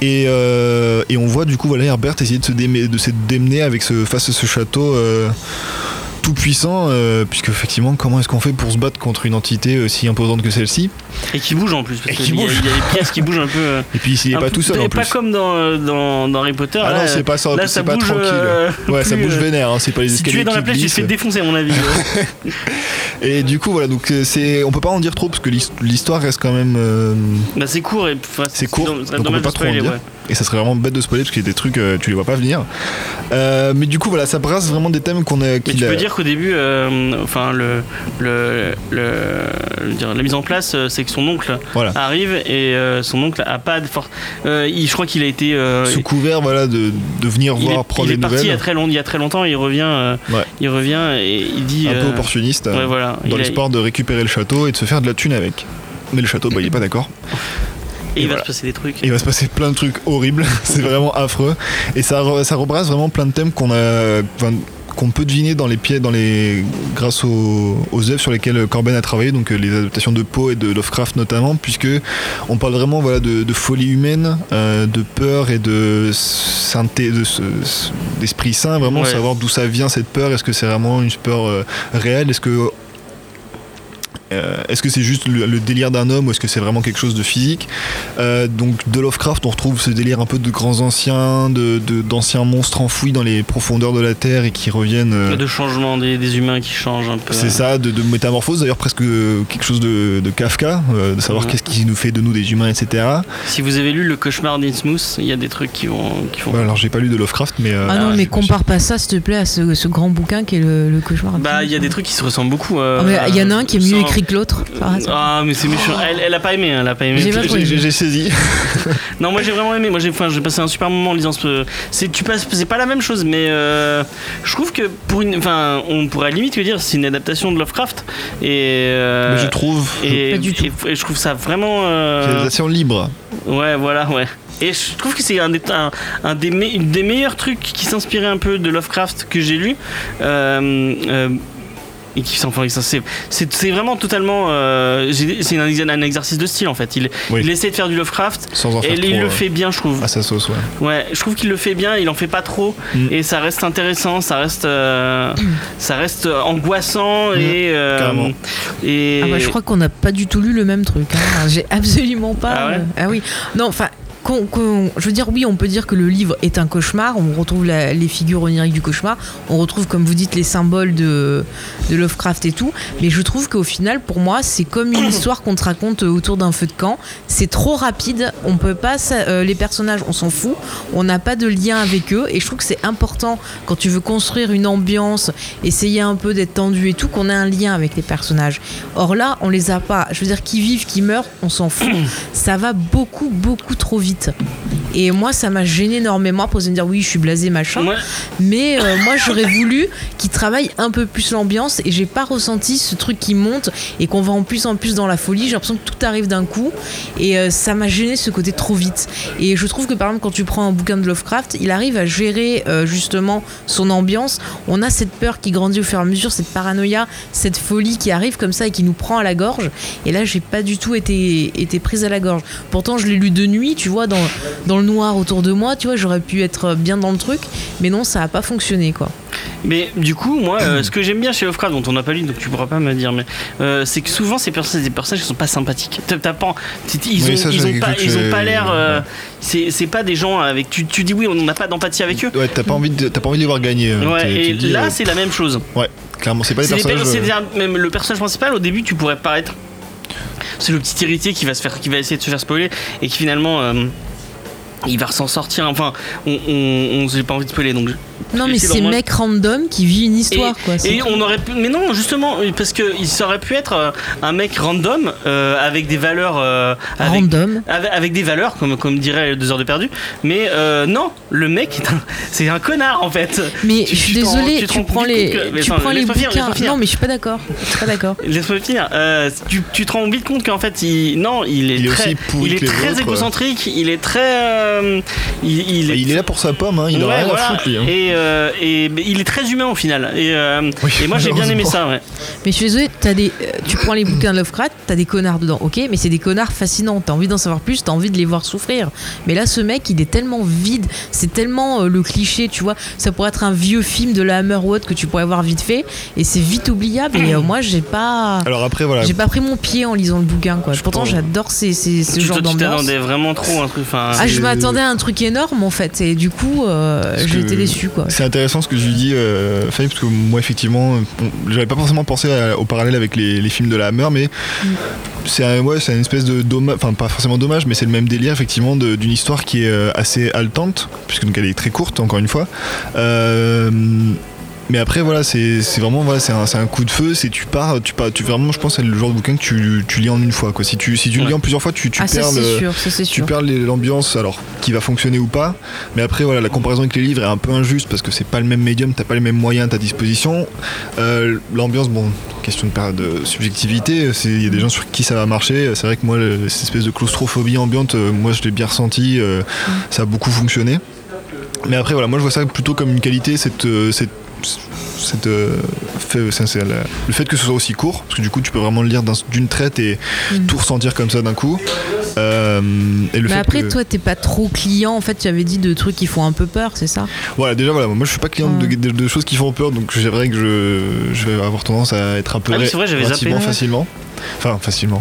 S3: Et, euh, et on voit du coup voilà Herbert essayer de se démé- de se démener avec ce face à ce château euh, tout puissant euh, puisque effectivement comment est-ce qu'on fait pour se battre contre une entité aussi imposante que celle-ci
S1: Et qui bouge en plus. Parce
S3: Et
S1: que
S3: qui
S1: il y a-
S3: bouge.
S1: Il y a des pièces qui bougent un peu. euh,
S3: et puis il est
S1: un
S3: pas
S1: peu-
S3: tout seul en
S1: Pas
S3: plus
S1: comme dans, euh, dans, dans Harry Potter.
S3: ah
S1: là,
S3: non c'est pas ça
S1: là,
S3: c'est
S1: ça
S3: pas
S1: bouge,
S3: tranquille
S1: euh,
S3: ouais ça
S1: plus,
S3: bouge
S1: euh,
S3: vénère hein, c'est pas les
S1: Si
S3: escaliers
S1: tu es dans la
S3: qui
S1: plage, tu te
S3: glissent.
S1: fais défoncer, hein, à mon avis.
S3: et du coup voilà donc euh, c'est on peut pas en dire trop parce que l'his- l'histoire reste quand même euh,
S1: bah, c'est court et enfin,
S3: C'est court,
S1: dom-
S3: donc on peut
S1: dommage
S3: pas
S1: de
S3: trop en
S1: spoiler,
S3: dire.
S1: ouais.
S3: Et ça serait vraiment bête de spoiler parce qu'il y a des trucs, euh, tu les vois pas venir. Euh, mais du coup, voilà, ça brasse vraiment des thèmes qu'on a.
S1: Mais
S3: qu'il
S1: tu
S3: a-
S1: peux dire qu'au début, euh, enfin le, le, le- je veux dire, la mise en place, euh, c'est que son oncle
S3: Voilà.
S1: arrive et euh, son oncle a pas de force. Euh, il- je crois qu'il a été euh,
S3: Sous couvert, voilà, de, de venir
S1: il
S3: voir,
S1: est,
S3: prendre
S1: il est
S3: des
S1: parti il y a
S3: nouvelles.
S1: très long, il y a très longtemps et il revient, euh,
S3: Ouais.
S1: il revient et il dit.
S3: Un peu
S1: euh,
S3: opportuniste.
S1: ouais, voilà.
S3: Dans
S1: il a-
S3: l'espoir de récupérer le château et de se faire de la thune avec. Mais le château, bah, il est pas d'accord.
S1: et il va
S3: voilà.
S1: se passer des trucs.
S3: Et il va se passer plein de trucs horribles, c'est vraiment affreux. Et ça, re- ça rebrasse vraiment plein de thèmes qu'on a. enfin, qu'on peut deviner dans les pieds, dans les grâce aux, aux œuvres sur lesquelles Corben a travaillé, donc euh, les adaptations de Poe et de Lovecraft notamment, puisque on parle vraiment voilà de, de folie humaine, euh, de peur et de sainteté, de ce- ce- d'esprit saint, vraiment
S1: Ouais.
S3: savoir d'où ça vient cette peur. Est-ce que c'est vraiment une peur euh, réelle Est-ce que euh, est-ce que c'est juste le, le délire d'un homme ou est-ce que c'est vraiment quelque chose de physique Euh, Donc de Lovecraft, on retrouve ce délire un peu de grands anciens, de de- d'anciens monstres enfouis dans les profondeurs de la terre et qui reviennent. euh,
S1: De changement des, des humains qui changent un peu. hein.
S3: c'est ça, de, de métamorphose, d'ailleurs presque euh, quelque chose de, de Kafka, euh, de savoir
S1: Mhm.
S3: qu'est-ce qui nous fait de nous des humains, etc.
S1: Si vous avez lu le cauchemar d'Innsmouth, il y a des trucs qui vont, qui vont
S3: Ouais, alors j'ai pas lu de Lovecraft, mais euh,
S2: Ah non,
S1: ouais,
S2: mais
S3: je-
S2: compare pas ça, s'il te plaît, à ce, ce grand bouquin qui est le, le cauchemar.
S1: Bah, il y a des trucs qui se ressemblent beaucoup. euh,
S2: Ah, mais Il y en a un qui est mieux
S1: sans-
S2: écrit que l'autre. par hasard.
S1: Ah, mais c'est méchant. Elle, elle a pas aimé, hein, elle a pas aimé.
S2: J'ai pas
S3: j'ai- j'ai j'ai saisi.
S1: Non, moi j'ai vraiment aimé. Moi j'ai, enfin, j'ai passé un super moment en lisant ce. C'est, tu passes, c'est pas la même chose, mais euh, je trouve que pour une, enfin, on pourrait limite que dire c'est une adaptation de Lovecraft et. euh,
S3: Mais je trouve
S1: et,
S2: Pas du tout.
S1: et- et je trouve ça vraiment.
S3: que
S1: euh,
S3: réalisation libre.
S1: ouais, voilà, ouais. Et je trouve que c'est un des, un, un des, me- une des meilleurs trucs qui s'inspirait un peu de Lovecraft que j'ai lu. Euh, euh, et qui s'en enfin, ça, c'est, c'est, c'est vraiment totalement. euh, j'ai- c'est un, un exercice de style en fait. Il,
S3: Oui.
S1: il essaie de faire du Lovecraft
S3: Sans en
S1: et
S3: faire
S1: il
S3: trop,
S1: le
S3: euh,
S1: fait bien, je trouve.
S3: à sa sauce, ouais.
S1: Ouais, je trouve qu'il le fait bien, il en fait pas trop
S3: Mm.
S1: et ça reste intéressant, ça reste euh, ça reste euh, angoissant et euh,
S3: Mm. Carrément.
S1: et
S2: Ah bah, je crois qu'on n'a pas du tout lu le même truc. hein. J'ai absolument pas.
S1: Ah ouais
S2: euh, ah oui. Non, enfin. qu'on- qu'on- je veux dire, oui, on peut dire que le livre est un cauchemar. On retrouve la- les figures oniriques du cauchemar. On retrouve, comme vous dites, les symboles de, de Lovecraft et tout. Mais je trouve qu'au final, pour moi, c'est comme une histoire qu'on te raconte autour d'un feu de camp. C'est trop rapide. On peut pas. ça- euh, les personnages, on s'en fout. On n'a pas de lien avec eux. Et je trouve que c'est important quand tu veux construire une ambiance, essayer un peu d'être tendu et tout, qu'on ait un lien avec les personnages. Or là, on les a pas. Je veux dire, qui vivent, qui meurent, on s'en fout. ça va beaucoup, beaucoup trop vite. Et moi, ça m'a gêné énormément pour se dire oui, je suis blasé, machin.
S1: Ouais,
S2: Mais euh, moi, j'aurais voulu qu'ils travaillent un peu plus l'ambiance et j'ai pas ressenti ce truc qui monte et qu'on va en plus en plus dans la folie. J'ai l'impression que tout arrive d'un coup et euh, ça m'a gêné ce côté trop vite. Et je trouve que par exemple, quand tu prends un bouquin de Lovecraft, il arrive à gérer euh, justement son ambiance. On a cette peur qui grandit au fur et à mesure, cette paranoïa, cette folie qui arrive comme ça et qui nous prend à la gorge. Et là, j'ai pas du tout été, été prise à la gorge. Pourtant, je l'ai lu de nuit, tu vois, dans, dans le noir autour de moi, tu vois, j'aurais pu être bien dans le truc. Mais non, ça a pas fonctionné quoi.
S1: mais du coup, moi euh, ce que j'aime bien chez Lovecraft dont on n'a pas lu donc tu pourras pas me dire mais euh, c'est que souvent ces personnages des personnages qui sont pas sympathiques. T'as- t'as pas- t'es- ils
S3: Oui,
S1: ont
S3: ça,
S1: ils
S3: j'avais
S1: ont pas
S3: cru que
S1: ils ont pas
S3: j'ai-
S1: l'air euh, c'est c'est pas des gens avec tu tu dis oui, on n'a pas d'empathie avec eux.
S3: Ouais, t'as pas envie de, t'as pas envie de les voir gagner. euh,
S1: Ouais,
S3: t'es-
S1: et
S3: tu te dis,
S1: là
S3: euh,
S1: c'est la même chose.
S3: ouais, clairement, c'est pas des
S1: C'est des
S3: personnages.
S1: per-
S3: euh,
S1: c'est des- même le personnage principal au début tu pourrais paraître c'est le petit héritier qui va se faire, qui va essayer de se faire spoiler et qui finalement euh, il va s'en sortir. Enfin, on, on, on- j'ai pas envie de spoiler donc.
S2: Non, mais
S1: c'est
S2: c'est
S1: normal.
S2: mec random qui vit une histoire,
S1: Et-
S2: quoi. c'est
S1: Et
S2: tout.
S1: on aurait pu, mais non, justement, parce que il ça aurait pu être euh, un mec random euh, avec des valeurs, euh, avec,
S2: Random.
S1: avec, avec des valeurs, comme, comme dirait deux heures de perdu. Mais euh, non, le mec, est un- c'est un connard en fait.
S2: Mais
S1: Tu-
S2: je suis
S1: tu t'en-
S2: désolée,
S1: tu
S2: tu,
S1: te rends
S2: prends
S1: compte
S2: les,
S1: que- mais
S2: tu
S1: attends,
S2: prends les
S1: laisse-moi finir,
S2: bouquins.
S1: laisse-moi finir.
S2: Non, mais je suis pas d'accord. Je suis pas d'accord.
S1: Laisse-moi finir. Euh, tu, tu te rends vite compte qu'en fait, il, non, il est,
S3: Il est
S1: très,
S3: aussi pourri
S1: il est
S3: que les
S1: très
S3: autres.
S1: égocentrique. Il est très, euh, il, il
S3: Bah, Il est là pour sa pomme, hein, il en a
S1: Ouais,
S3: rien
S1: voilà.
S3: à foutre lui. hein.
S1: Et, euh, et mais il est très humain au final. Et, euh,
S3: Oui,
S1: et moi j'ai bien aimé ça. Ouais.
S2: Mais je suis désolée, t'as des, euh, tu prends les bouquins de Lovecraft, t'as des connards dedans, ok, mais c'est des connards fascinants. T'as envie d'en savoir plus, t'as envie de les voir souffrir. Mais là, ce mec, il est tellement vide, c'est tellement euh, le cliché, tu vois. Ça pourrait être un vieux film de la Hammer ou autre que tu pourrais voir vite fait, et c'est vite oubliable. Et euh, moi, j'ai pas,
S3: Alors après, voilà.
S2: j'ai pas pris mon pied en lisant le bouquin, quoi. Pourtant,
S3: pense-
S2: j'adore ces, ces, ce
S1: Tu
S2: genre
S1: toi, tu
S2: d'ambiance.
S1: t'attendais vraiment trop à un truc. Enfin,
S2: Ah, je
S3: C'est-
S2: m'attendais à un truc énorme en fait, et du coup, euh,
S3: Parce
S2: j'étais
S3: que
S2: déçu quoi.
S3: C'est intéressant ce que tu dis, euh, Fanny, parce que moi, effectivement, on- j'avais pas forcément pensé à- au parallèle avec les, les films de la Hammer, mais
S2: Mm.
S3: c'est un- ouais, c'est une espèce de dommage, enfin pas forcément dommage, mais c'est le même délire, effectivement, de- d'une histoire qui est euh, assez haletante, puisque donc elle est très courte, encore une fois. Euh, mais après, voilà, c'est c'est vraiment voilà, c'est un, c'est un coup de feu, c'est tu pars, tu pars, tu vraiment, je pense, c'est le genre de bouquin que tu, tu lis en une fois, quoi. Si tu, si tu le
S1: Ouais.
S3: lis en plusieurs fois, tu, tu
S2: ah, ça
S3: perds le
S2: c'est sûr, ça c'est
S3: tu
S2: sûr.
S3: perds les- l'ambiance alors qui va fonctionner ou pas mais après voilà la comparaison avec les livres est un peu injuste parce que c'est pas le même médium t'as pas les mêmes moyens à ta disposition Euh, l'ambiance bon question de, par- de subjectivité c'est- il y a des gens sur qui ça va marcher c'est vrai que moi le- cette espèce de claustrophobie ambiante euh, moi je l'ai bien ressenti euh, ça a beaucoup fonctionné mais après voilà moi je vois ça plutôt comme une qualité cette, euh, cette cette, euh, fait- ça, c'est la- le fait que ce soit aussi court, parce que du coup tu peux vraiment le lire d'un- d'une traite et
S2: Mm.
S3: tout ressentir comme ça d'un coup. Euh, et le
S2: Mais
S3: fait
S2: Bah après,
S3: que-
S2: toi, t'es pas trop client. En fait, tu avais dit de trucs qui font un peu peur, c'est ça
S3: Voilà, déjà, voilà, moi je suis pas client de, de- de choses qui font peur, donc c'est vrai que je, je vais avoir tendance à être un peu
S1: Ah oui, c'est vrai, j'avais zappé. Ouais.
S3: facilement. Enfin, facilement.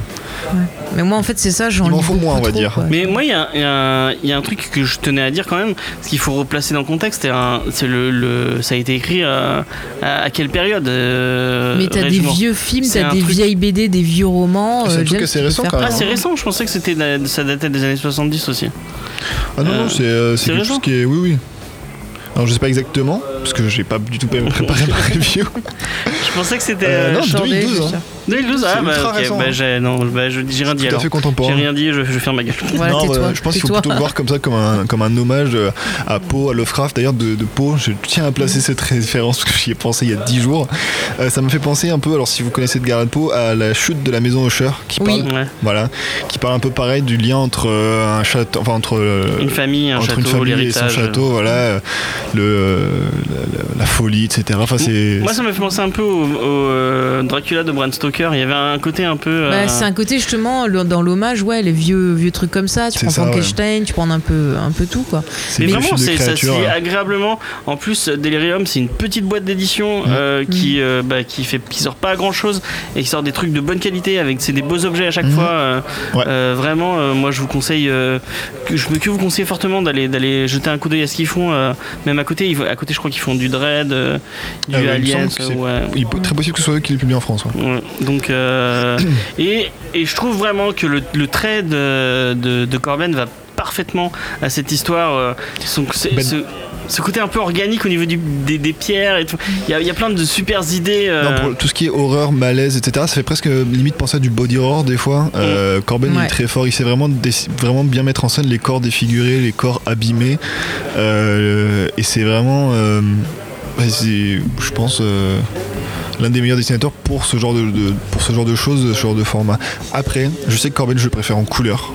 S2: Oh, Mais moi, en fait, c'est ça, j'en
S3: Il m'en
S2: lis
S3: faut
S2: beaucoup
S3: moins, on va
S2: trop,
S3: dire.
S2: quoi.
S1: Mais moi, il y a, il y a un- il y a un truc que je tenais à dire quand même, parce qu'il faut replacer dans le contexte. C'est un- c'est le, le- ça a été écrit euh, à, à quelle période euh,
S2: Mais t'as des
S1: Régiment
S2: vieux films,
S1: C'est
S2: t'as
S1: un
S2: des
S1: truc-
S2: vieilles BD, des vieux romans. euh,
S3: C'est un truc
S2: James,
S3: assez
S2: tu peux
S3: récent,
S2: faire
S3: quand
S1: Ah,
S2: peur.
S1: c'est récent. Je pensais que c'était de- ça datait des années 70 aussi.
S3: Ah non,
S1: Euh,
S3: non, c'est euh, c'est
S1: c'est
S3: quelque
S1: raison.
S3: chose qui est. Oui, oui. Alors je sais pas exactement, parce que j'ai pas du tout préparé ma review.
S1: Je pensais que c'était
S3: Euh, non,
S1: euh,
S2: Short
S3: 2012,
S2: Days,
S3: hein.
S1: 2012. Ah
S3: C'est
S1: bah,
S3: ultra
S1: ok,
S3: récent,
S1: bah,
S3: hein.
S1: j'ai non, bah, je- j'ai rien dit
S3: Tout à
S1: alors.
S3: fait
S1: J'ai
S3: contemporain.
S1: rien dit. Je, je ferme ma gueule.
S2: Voilà,
S3: Non,
S2: tais-toi.
S3: voilà, je pense qu'il faut
S2: tais-toi.
S3: plutôt le voir comme ça, comme un, comme un hommage euh, à Poe, à Lovecraft. D'ailleurs, de, de Poe, je tiens à placer cette référence parce que j'y ai pensé il y a 10 jours. Euh, ça m'a fait penser un peu, alors si vous connaissez de Garland Poe, à la chute de la maison Usher, qui
S2: Oui.
S3: parle,
S1: Ouais.
S3: voilà, qui parle un peu pareil du lien entre euh, un château, enfin entre euh,
S1: Une famille, un
S3: entre
S1: château,
S3: une famille et son
S1: l'héritage.
S3: château, voilà, euh, le, euh, la, la- la folie, etc. Enfin, c'est
S1: Moi, ça m'a fait penser un peu au, au, euh, Dracula de Bram Stoker. Il y avait un côté un peu. euh,
S2: Bah, c'est un côté justement le- dans l'hommage, ouais, les vieux, vieux trucs comme ça. Tu
S3: C'est
S2: prends
S3: ça, ouais.
S2: Frankenstein, tu prends un peu, un peu tout quoi.
S3: c'est
S1: mais
S3: une
S1: vraiment,
S3: chute de
S1: c'est- ça se
S3: créature,
S1: lit
S3: hein.
S1: agréablement. En plus, euh, Delirium, c'est une petite boîte d'édition
S3: Mm.
S1: euh, qui euh, bah, qui fait qui sort pas grand chose et qui sort des trucs de bonne qualité avec c'est des beaux objets à chaque
S3: Mhm.
S1: fois. euh,
S3: Ouais.
S1: euh, vraiment, euh, moi, je vous conseille, euh, que, je peux que vous conseille fortement d'aller d'aller jeter un coup d'œil à ce qu'ils font. euh, même à côté, ils, font- à côté, je crois qu'ils font du Dread, euh, du
S3: Ah oui, il me
S1: Aliens.
S3: semble que
S1: euh,
S3: c'est-
S1: ouais.
S3: Il est très possible que ce soit eux qui l'aient publié en France. hein. ouais.
S1: Ouais, Donc, euh, et, et je trouve vraiment que le, le trait de, de, de Corben va parfaitement à cette histoire. euh, son- c'est-
S3: Ben-
S1: ce, ce côté un peu organique au niveau du- des, des pierres et tout. Il y a, il y a plein de super idées. euh,
S3: Non, pour tout ce qui est horreur, malaise, etc., ça fait presque limite penser à du body horror des
S1: Mm.
S3: fois. Euh, Corben, il
S2: Ouais.
S3: est très fort, il sait vraiment, dé- vraiment bien mettre en scène les corps défigurés, les corps abîmés. Euh, et c'est vraiment, euh, ouais, c'est, je pense, euh, l'un des meilleurs dessinateurs pour ce, genre de, de- pour ce genre de choses, ce genre de format. Après, je sais que Corben, je le préfère en couleur.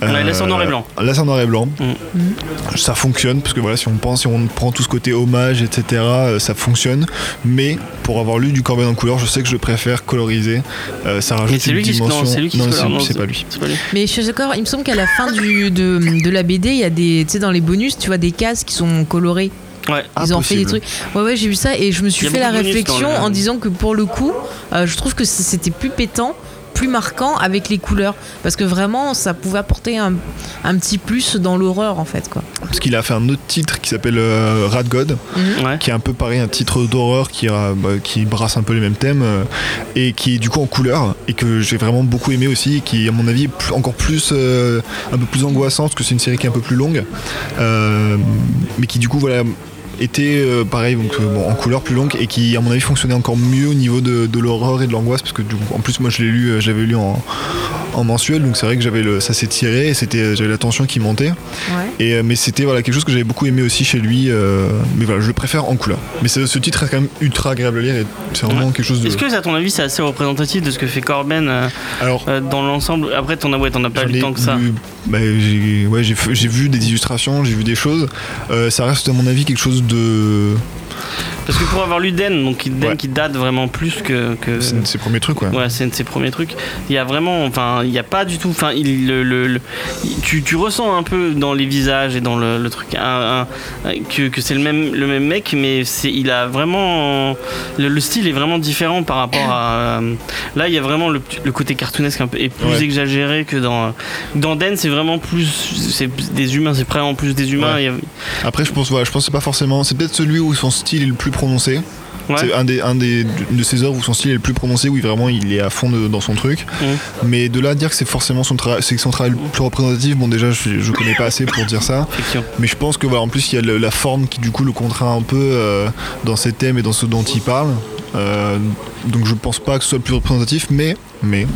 S3: Euh,
S1: Ouais, là, c'est en noir et blanc.
S3: Là, c'est en noir et blanc.
S1: Mm.
S3: Ça fonctionne, parce que voilà, si on pense, si on prend tout ce côté hommage, etc., euh, ça fonctionne. Mais pour avoir lu du Corben en couleur, je sais que je préfère colorisé. Euh, ça
S1: mais
S3: rajoute
S1: c'est
S3: une
S1: lui qui se
S3: dimension.
S1: non, c'est lui qui se
S3: non,
S1: colore,
S3: c'est-
S1: non,
S3: c'est pas lui.
S1: c'est pas lui.
S2: Mais je suis d'accord, il me semble qu'à la fin du, de, de la BD, il y a des, tu sais, dans les bonus, tu vois des cases qui sont colorées.
S1: Ouais.
S3: Ah,
S2: Ils ont fait des
S3: possible.
S2: trucs. Ouais, ouais, j'ai vu ça et je me
S1: Il y
S2: suis
S1: a
S2: fait la
S1: beaucoup de bonus dans
S2: réflexion
S1: le-
S2: en disant que pour le coup, euh, je trouve que c- c'était plus pétant, plus marquant avec les couleurs. Parce que vraiment, ça pouvait apporter un, un un petit plus dans l'horreur en fait quoi.
S3: Parce qu'il a fait un autre titre qui s'appelle euh, Rat God,
S1: Ouais.
S3: qui est un peu pareil, un titre d'horreur qui, a- bah, qui brasse un peu les mêmes thèmes euh, et qui est du coup en couleur et que j'ai vraiment beaucoup aimé aussi, et qui à mon avis est plus- encore plus euh, un peu plus angoissant parce que c'est une série qui est un peu plus longue, euh, mais qui du coup voilà était euh, pareil donc euh, bon, en couleur plus longue et qui à mon avis fonctionnait encore mieux au niveau de, de l'horreur et de l'angoisse parce que du coup, en plus moi je l'ai lu euh, je l'avais lu en, en mensuel donc c'est vrai que j'avais le ça s'est tiré et c'était euh, j'avais la tension qui montait
S2: Ouais.
S3: et, euh, mais c'était voilà, quelque chose que j'avais beaucoup aimé aussi chez lui. euh, mais voilà, je le préfère en couleur. Mais ce ce titre est quand même ultra agréable à lire et c'est vraiment quelque chose de.
S1: Est-ce que, à ton avis, c'est assez représentatif de ce que fait Corben euh,
S3: Alors,
S1: euh, dans l'ensemble Après, t'en as, ouais, t'en as pas
S3: j'en
S1: lu
S3: ai
S1: tant que ça.
S3: lu- bah, j'ai ouais, j'ai f- j'ai vu des illustrations, j'ai vu des choses. Euh, ça reste, à mon avis, quelque chose de.
S1: Parce que pour avoir lu Den, donc qui- Den
S3: Ouais.
S1: qui date vraiment plus que. que...
S3: C'est un de ses premiers trucs, quoi.
S1: Euh. Ouais, c'est un de ses premiers trucs. Il y a vraiment, enfin, il n'y a pas du tout. Enfin, il, le, le- le- il- tu, tu ressens un peu dans les visages et dans le, le truc un- un- un- que, que c'est le même, le même mec, mais c'est, il a vraiment, le, le style est vraiment différent par rapport à. euh, là, il y a vraiment le, le côté cartoonesque un peu et plus
S3: Ouais.
S1: exagéré que dans dans Den, c'est vraiment plus, c'est des humains, c'est vraiment plus des humains.
S3: Ouais.
S1: Il y a-
S3: Après, je pense, voilà, je pense que c'est pas forcément. C'est peut-être celui où son style est le plus prononcé.
S1: ouais.
S3: C'est un, des, un des, de ses œuvres où son style est le plus prononcé, où il- vraiment il est à fond de- dans son truc.
S1: Mmh.
S3: Mais de là à dire que c'est forcément son, tra- c'est que son travail le plus représentatif, bon, déjà, je, je connais pas assez pour dire ça.
S1: Effectivement.
S3: Mais je pense que voilà, en plus il y a le- la forme qui du coup le contraint un peu euh, dans ses thèmes et dans ce dont il parle. Euh, donc je pense pas que ce soit le plus représentatif, mais mais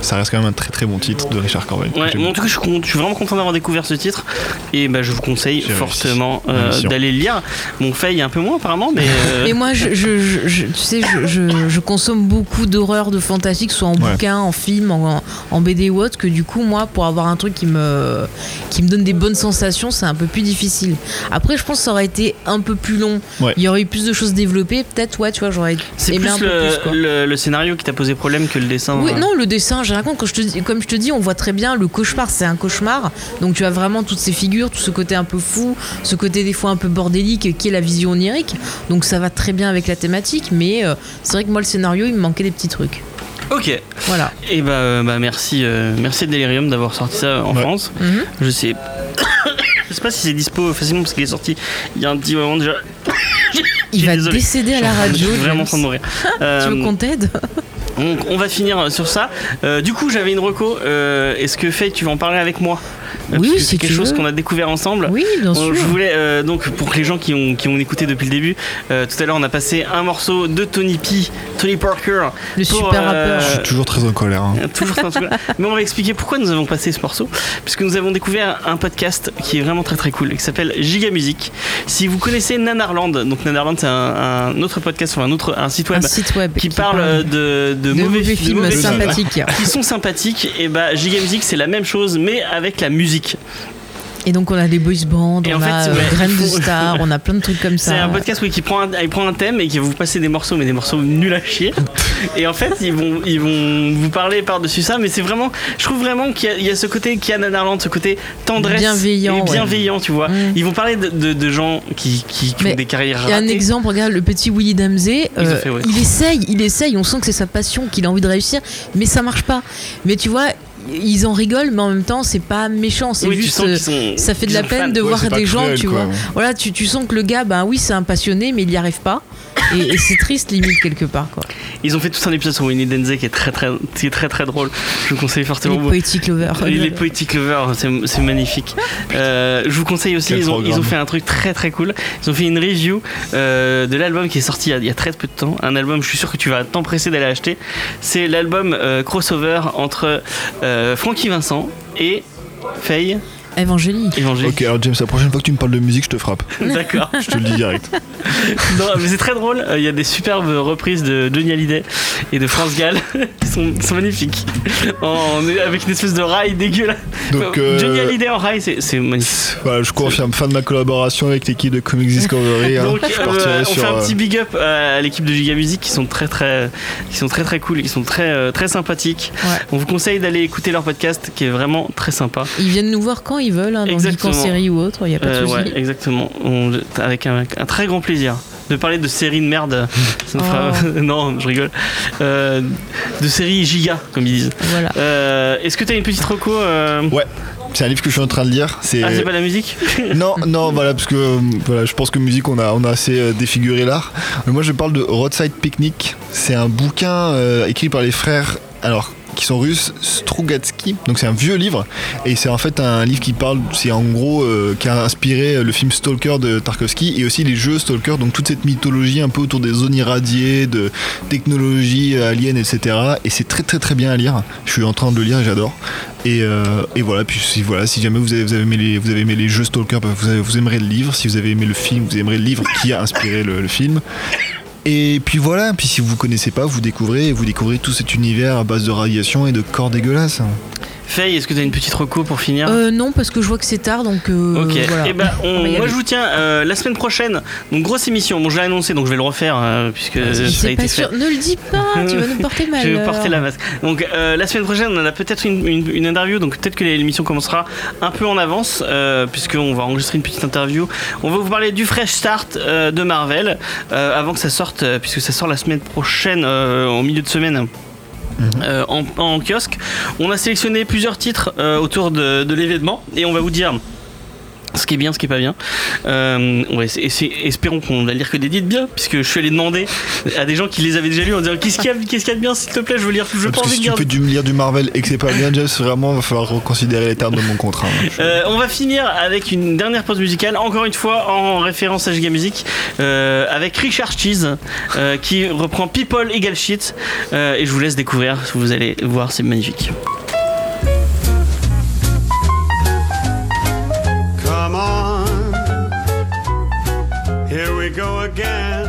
S3: ça reste quand même un très très bon titre de Richard Corben.
S1: Ouais,
S3: J'aime
S1: moi, en
S3: beaucoup.
S1: tout cas, je suis, con- je suis vraiment content d'avoir découvert ce titre. Et bah, je vous conseille
S3: J'ai
S1: fortement
S3: réussi.
S1: euh,
S3: Mission.
S1: d'aller le lire. Mon fail un peu moins, apparemment, mais. euh,
S2: Mais moi, je, je- je- je- tu sais, je, je- je consomme beaucoup d'horreurs, de fantastique, soit en
S3: Ouais.
S2: bouquin, en film, en, en BD ou autre, que du coup, moi, pour avoir un truc qui me, qui me donne des bonnes sensations, c'est un peu plus difficile. Après, je pense que ça aurait été un peu plus long.
S3: Ouais.
S2: Il y aurait eu plus de choses développées, peut-être, ouais, tu vois, j'aurais
S1: c'est
S2: aimé
S1: plus,
S2: un peu
S1: le,
S2: plus. quoi.
S1: le- le scénario qui t'a posé problème que le dessin.
S2: Oui,
S1: euh.
S2: non, le dessin, j'ai rien contre. Quand je te dis, comme je te dis, on voit très bien le cauchemar, c'est un cauchemar. Donc tu as vraiment toutes ces figures, tout ce côté un peu fou, ce côté des fois un peu bordélique qui est la vision onirique. Donc ça va très bien avec la thématique, mais euh, c'est vrai que moi, le scénario, il me manquait des petits trucs.
S1: Ok.
S2: Voilà.
S1: Et bah, euh, bah, merci, euh, merci Delirium d'avoir sorti ça en
S3: Ouais.
S1: France.
S2: Mhm.
S1: Je sais. je sais pas si c'est dispo facilement parce qu'il est sorti il y a un petit moment déjà.
S2: Il
S1: suis
S2: va
S1: désolé.
S2: décéder à la
S1: je
S2: radio.
S1: suis vraiment en
S2: James.
S1: train de mourir.
S2: Tu veux
S1: Euh,
S2: qu'on t'aide
S1: donc, on va finir sur ça. Euh, du coup, j'avais une reco. Euh, Est-ce que Faye, tu vas en parler avec moi Euh,
S2: Oui,
S1: parce que
S2: si
S1: c'est quelque
S2: tu
S1: chose
S2: veux.
S1: qu'on a découvert ensemble.
S2: Oui, bien
S1: On-
S2: sûr.
S1: Je voulais euh, donc pour que les gens qui ont, qui ont écouté depuis le début, euh, tout à l'heure on a passé un morceau de Tony P, Tony Parker,
S2: Le
S1: pour,
S2: super
S1: euh,
S2: rappeur.
S3: Je suis toujours très en colère. hein.
S1: toujours ça, en tout cas. Mais on va expliquer pourquoi nous avons passé ce morceau, puisque nous avons découvert un podcast qui est vraiment très très cool, qui s'appelle Giga Music. Si vous connaissez Nanarland, donc Nanarland c'est un, un autre podcast sur un autre un site web
S2: Un site web
S1: qui, parle, euh, de, de
S2: de
S1: mauvais,
S2: mauvais
S1: de
S2: films
S1: mauvais films
S2: sympathiques.
S1: qui sont sympathiques, et bah Giga Music c'est la même chose mais avec la musique.
S2: Et donc on a des boys bands,
S1: Et
S2: on
S1: en
S2: a
S1: fait,
S2: euh,
S1: ouais, il
S2: Graines de
S1: faut-
S2: Star, on a plein de trucs comme ça.
S1: C'est un podcast oui, qui prend un, il prend un thème et qui va vous passer des morceaux, mais des morceaux nuls à chier. et en fait, ils vont, ils vont vous parler par-dessus ça, mais c'est vraiment, je trouve vraiment qu'il y a- il y, a ce côté qu'il y a Nanarland, ce côté tendresse.
S2: Bienveillant,
S1: Et
S2: ouais.
S1: bienveillant, tu vois.
S2: Mm.
S1: Ils vont parler de, de- de gens qui, qui, qui
S2: Mais
S1: ont des carrières.
S2: Il y a un
S1: ratées.
S2: exemple, regarde le petit Willy Damsey,
S1: Ils ont
S2: euh,
S1: fait, ouais.
S2: il essaye, il essaye, on sent que c'est sa passion, qu'il a envie de réussir, mais ça marche pas. Mais tu vois, ils en rigolent, mais en même temps, c'est pas méchant, c'est
S1: Oui, tu
S2: juste.
S1: sens qu'ils sont-
S2: euh, ça fait de
S1: qu'ils
S2: la
S1: sont
S2: peine
S1: fans.
S2: de
S3: Ouais,
S2: voir
S3: c'est pas
S2: des gens,
S3: cruel,
S2: tu
S3: quoi.
S2: vois. Voilà, tu, tu sens que le gars, ben oui, c'est un passionné, mais il y arrive pas. Et, et c'est triste, limite, quelque part, quoi.
S1: Ils ont fait tout un épisode sur Winnie Denzel qui est très très, qui est très, très drôle. Je vous conseille
S2: Les
S1: fortement.
S2: Poetic Lovers.
S1: Et les Poetic Lovers, c'est c'est magnifique. Euh, je vous conseille aussi,
S3: Quel
S1: ils ont, ils ont
S3: programme.
S1: fait un truc très très cool. Ils ont fait une review euh, de l'album qui est sorti il y, a, il y a très peu de temps. Un album, je suis sûr que tu vas t'empresser d'aller acheter. C'est l'album euh, crossover entre euh, Frankie Vincent et Faye
S2: Evangélie.
S1: Évangile.
S3: Ok, alors James, la prochaine fois que tu me parles de musique, je te frappe.
S1: D'accord.
S3: Je te le dis direct.
S1: Non, mais c'est très drôle. Euh, Il y a des superbes reprises de Johnny Hallyday et de France Gall qui sont, qui sont magnifiques. En- avec une espèce de rail dégueulasse.
S3: Donc, euh,
S1: Johnny Hallyday en rail, c'est c'est magnifique.
S3: Voilà, je confirme, fan de ma collaboration avec l'équipe de Comics Discovery. hein.
S1: Donc,
S3: je
S1: euh,
S3: partirai
S1: on
S3: sur.
S1: fait un
S3: euh,
S1: petit big up euh, à l'équipe de Giga Music qui sont très très, qui sont très très cool, qui sont très euh, très sympathiques.
S2: Ouais.
S1: On vous conseille d'aller écouter leur podcast qui est vraiment très sympa.
S2: Ils viennent nous voir quand ils veulent, hein, dans
S1: Exactement.
S2: Geek en série ou autre, il y a pas de
S1: Euh,
S2: souci.
S1: ouais, exactement. On- avec un, un très grand plaisir de parler de séries de merde. ça nous fera-
S2: Oh.
S1: non, je rigole. Euh, de séries giga comme ils disent.
S2: Voilà.
S1: Euh, Est-ce que t'as une petite reco euh,
S3: Ouais. C'est un livre que je suis en train de lire. C'est
S1: Ah, c'est pas de la musique
S3: non, non, voilà, parce que euh, voilà, je pense que musique, on a, on a assez euh, défiguré l'art. Mais moi, je parle de Roadside Picnic. C'est un bouquin euh, écrit par les frères, alors qui sont russes, Strugatsky. Donc c'est un vieux livre et c'est en fait un livre qui parle, c'est en gros euh, qui a inspiré le film Stalker de Tarkovsky et aussi les jeux Stalker. Donc toute cette mythologie un peu autour des zones irradiées, de technologie euh, alien, etc. Et c'est très très très bien à lire. Je suis en train de le lire et j'adore. Et, euh, et voilà, puis si, voilà, si jamais vous avez, vous, avez aimé les, vous avez aimé les jeux Stalker, bah, vous, avez- vous aimerez le livre. Si vous avez aimé le film, vous aimerez le livre qui a inspiré le, le film. Et puis voilà, puis si vous connaissez pas, vous découvrez, et vous découvrez tout cet univers à base de radiation et de corps dégueulasses.
S1: Faye, est-ce que t'as une petite reco pour finir
S2: Euh, non, parce que je vois que c'est tard, donc euh,
S1: Ok,
S2: voilà.
S1: et ben on-
S2: va y
S1: moi
S2: aller.
S1: je vous tiens euh, la semaine prochaine, donc grosse émission. Bon, je l'ai annoncé donc je vais le refaire euh, puisque euh, ça a
S2: C'est
S1: été
S2: pas
S1: fait.
S2: sûr. Ne le dis pas, tu vas nous porter mal.
S1: Je vais vous porter la masque. Donc euh, la semaine prochaine, on a peut-être une, une- une interview, donc peut-être que l'émission commencera un peu en avance, euh, puisqu'on va enregistrer une petite interview. On va vous parler du Fresh Start euh, de Marvel, euh, avant que ça sorte, euh, puisque ça sort la semaine prochaine, euh, en milieu de semaine. euh, en, en kiosque, on a sélectionné plusieurs titres euh, autour de, de l'événement et on va vous dire ce qui est bien, ce qui est pas bien. Euh, on va essa- essa- espérons qu'on va lire que des titres bien, puisque je suis allé demander à des gens qui les avaient déjà lus en disant qu'est-ce qu'il y a, qu'est-ce qu'il y a de bien, s'il te plaît, je veux lire, je veux pas
S3: Parce que
S1: envie
S3: si
S1: de
S3: tu
S1: lire.
S3: fais du lire du Marvel et que c'est pas bien, Jeff, vraiment, va falloir reconsidérer les termes de mon contrat. hein.
S1: Euh, on va finir avec une dernière pause musicale, encore une fois en référence à Giga Music, euh, avec Richard Cheese, euh, qui reprend People Egal Shit, euh, et je vous laisse découvrir, vous allez voir, c'est magnifique.
S6: Come on. Here we go again.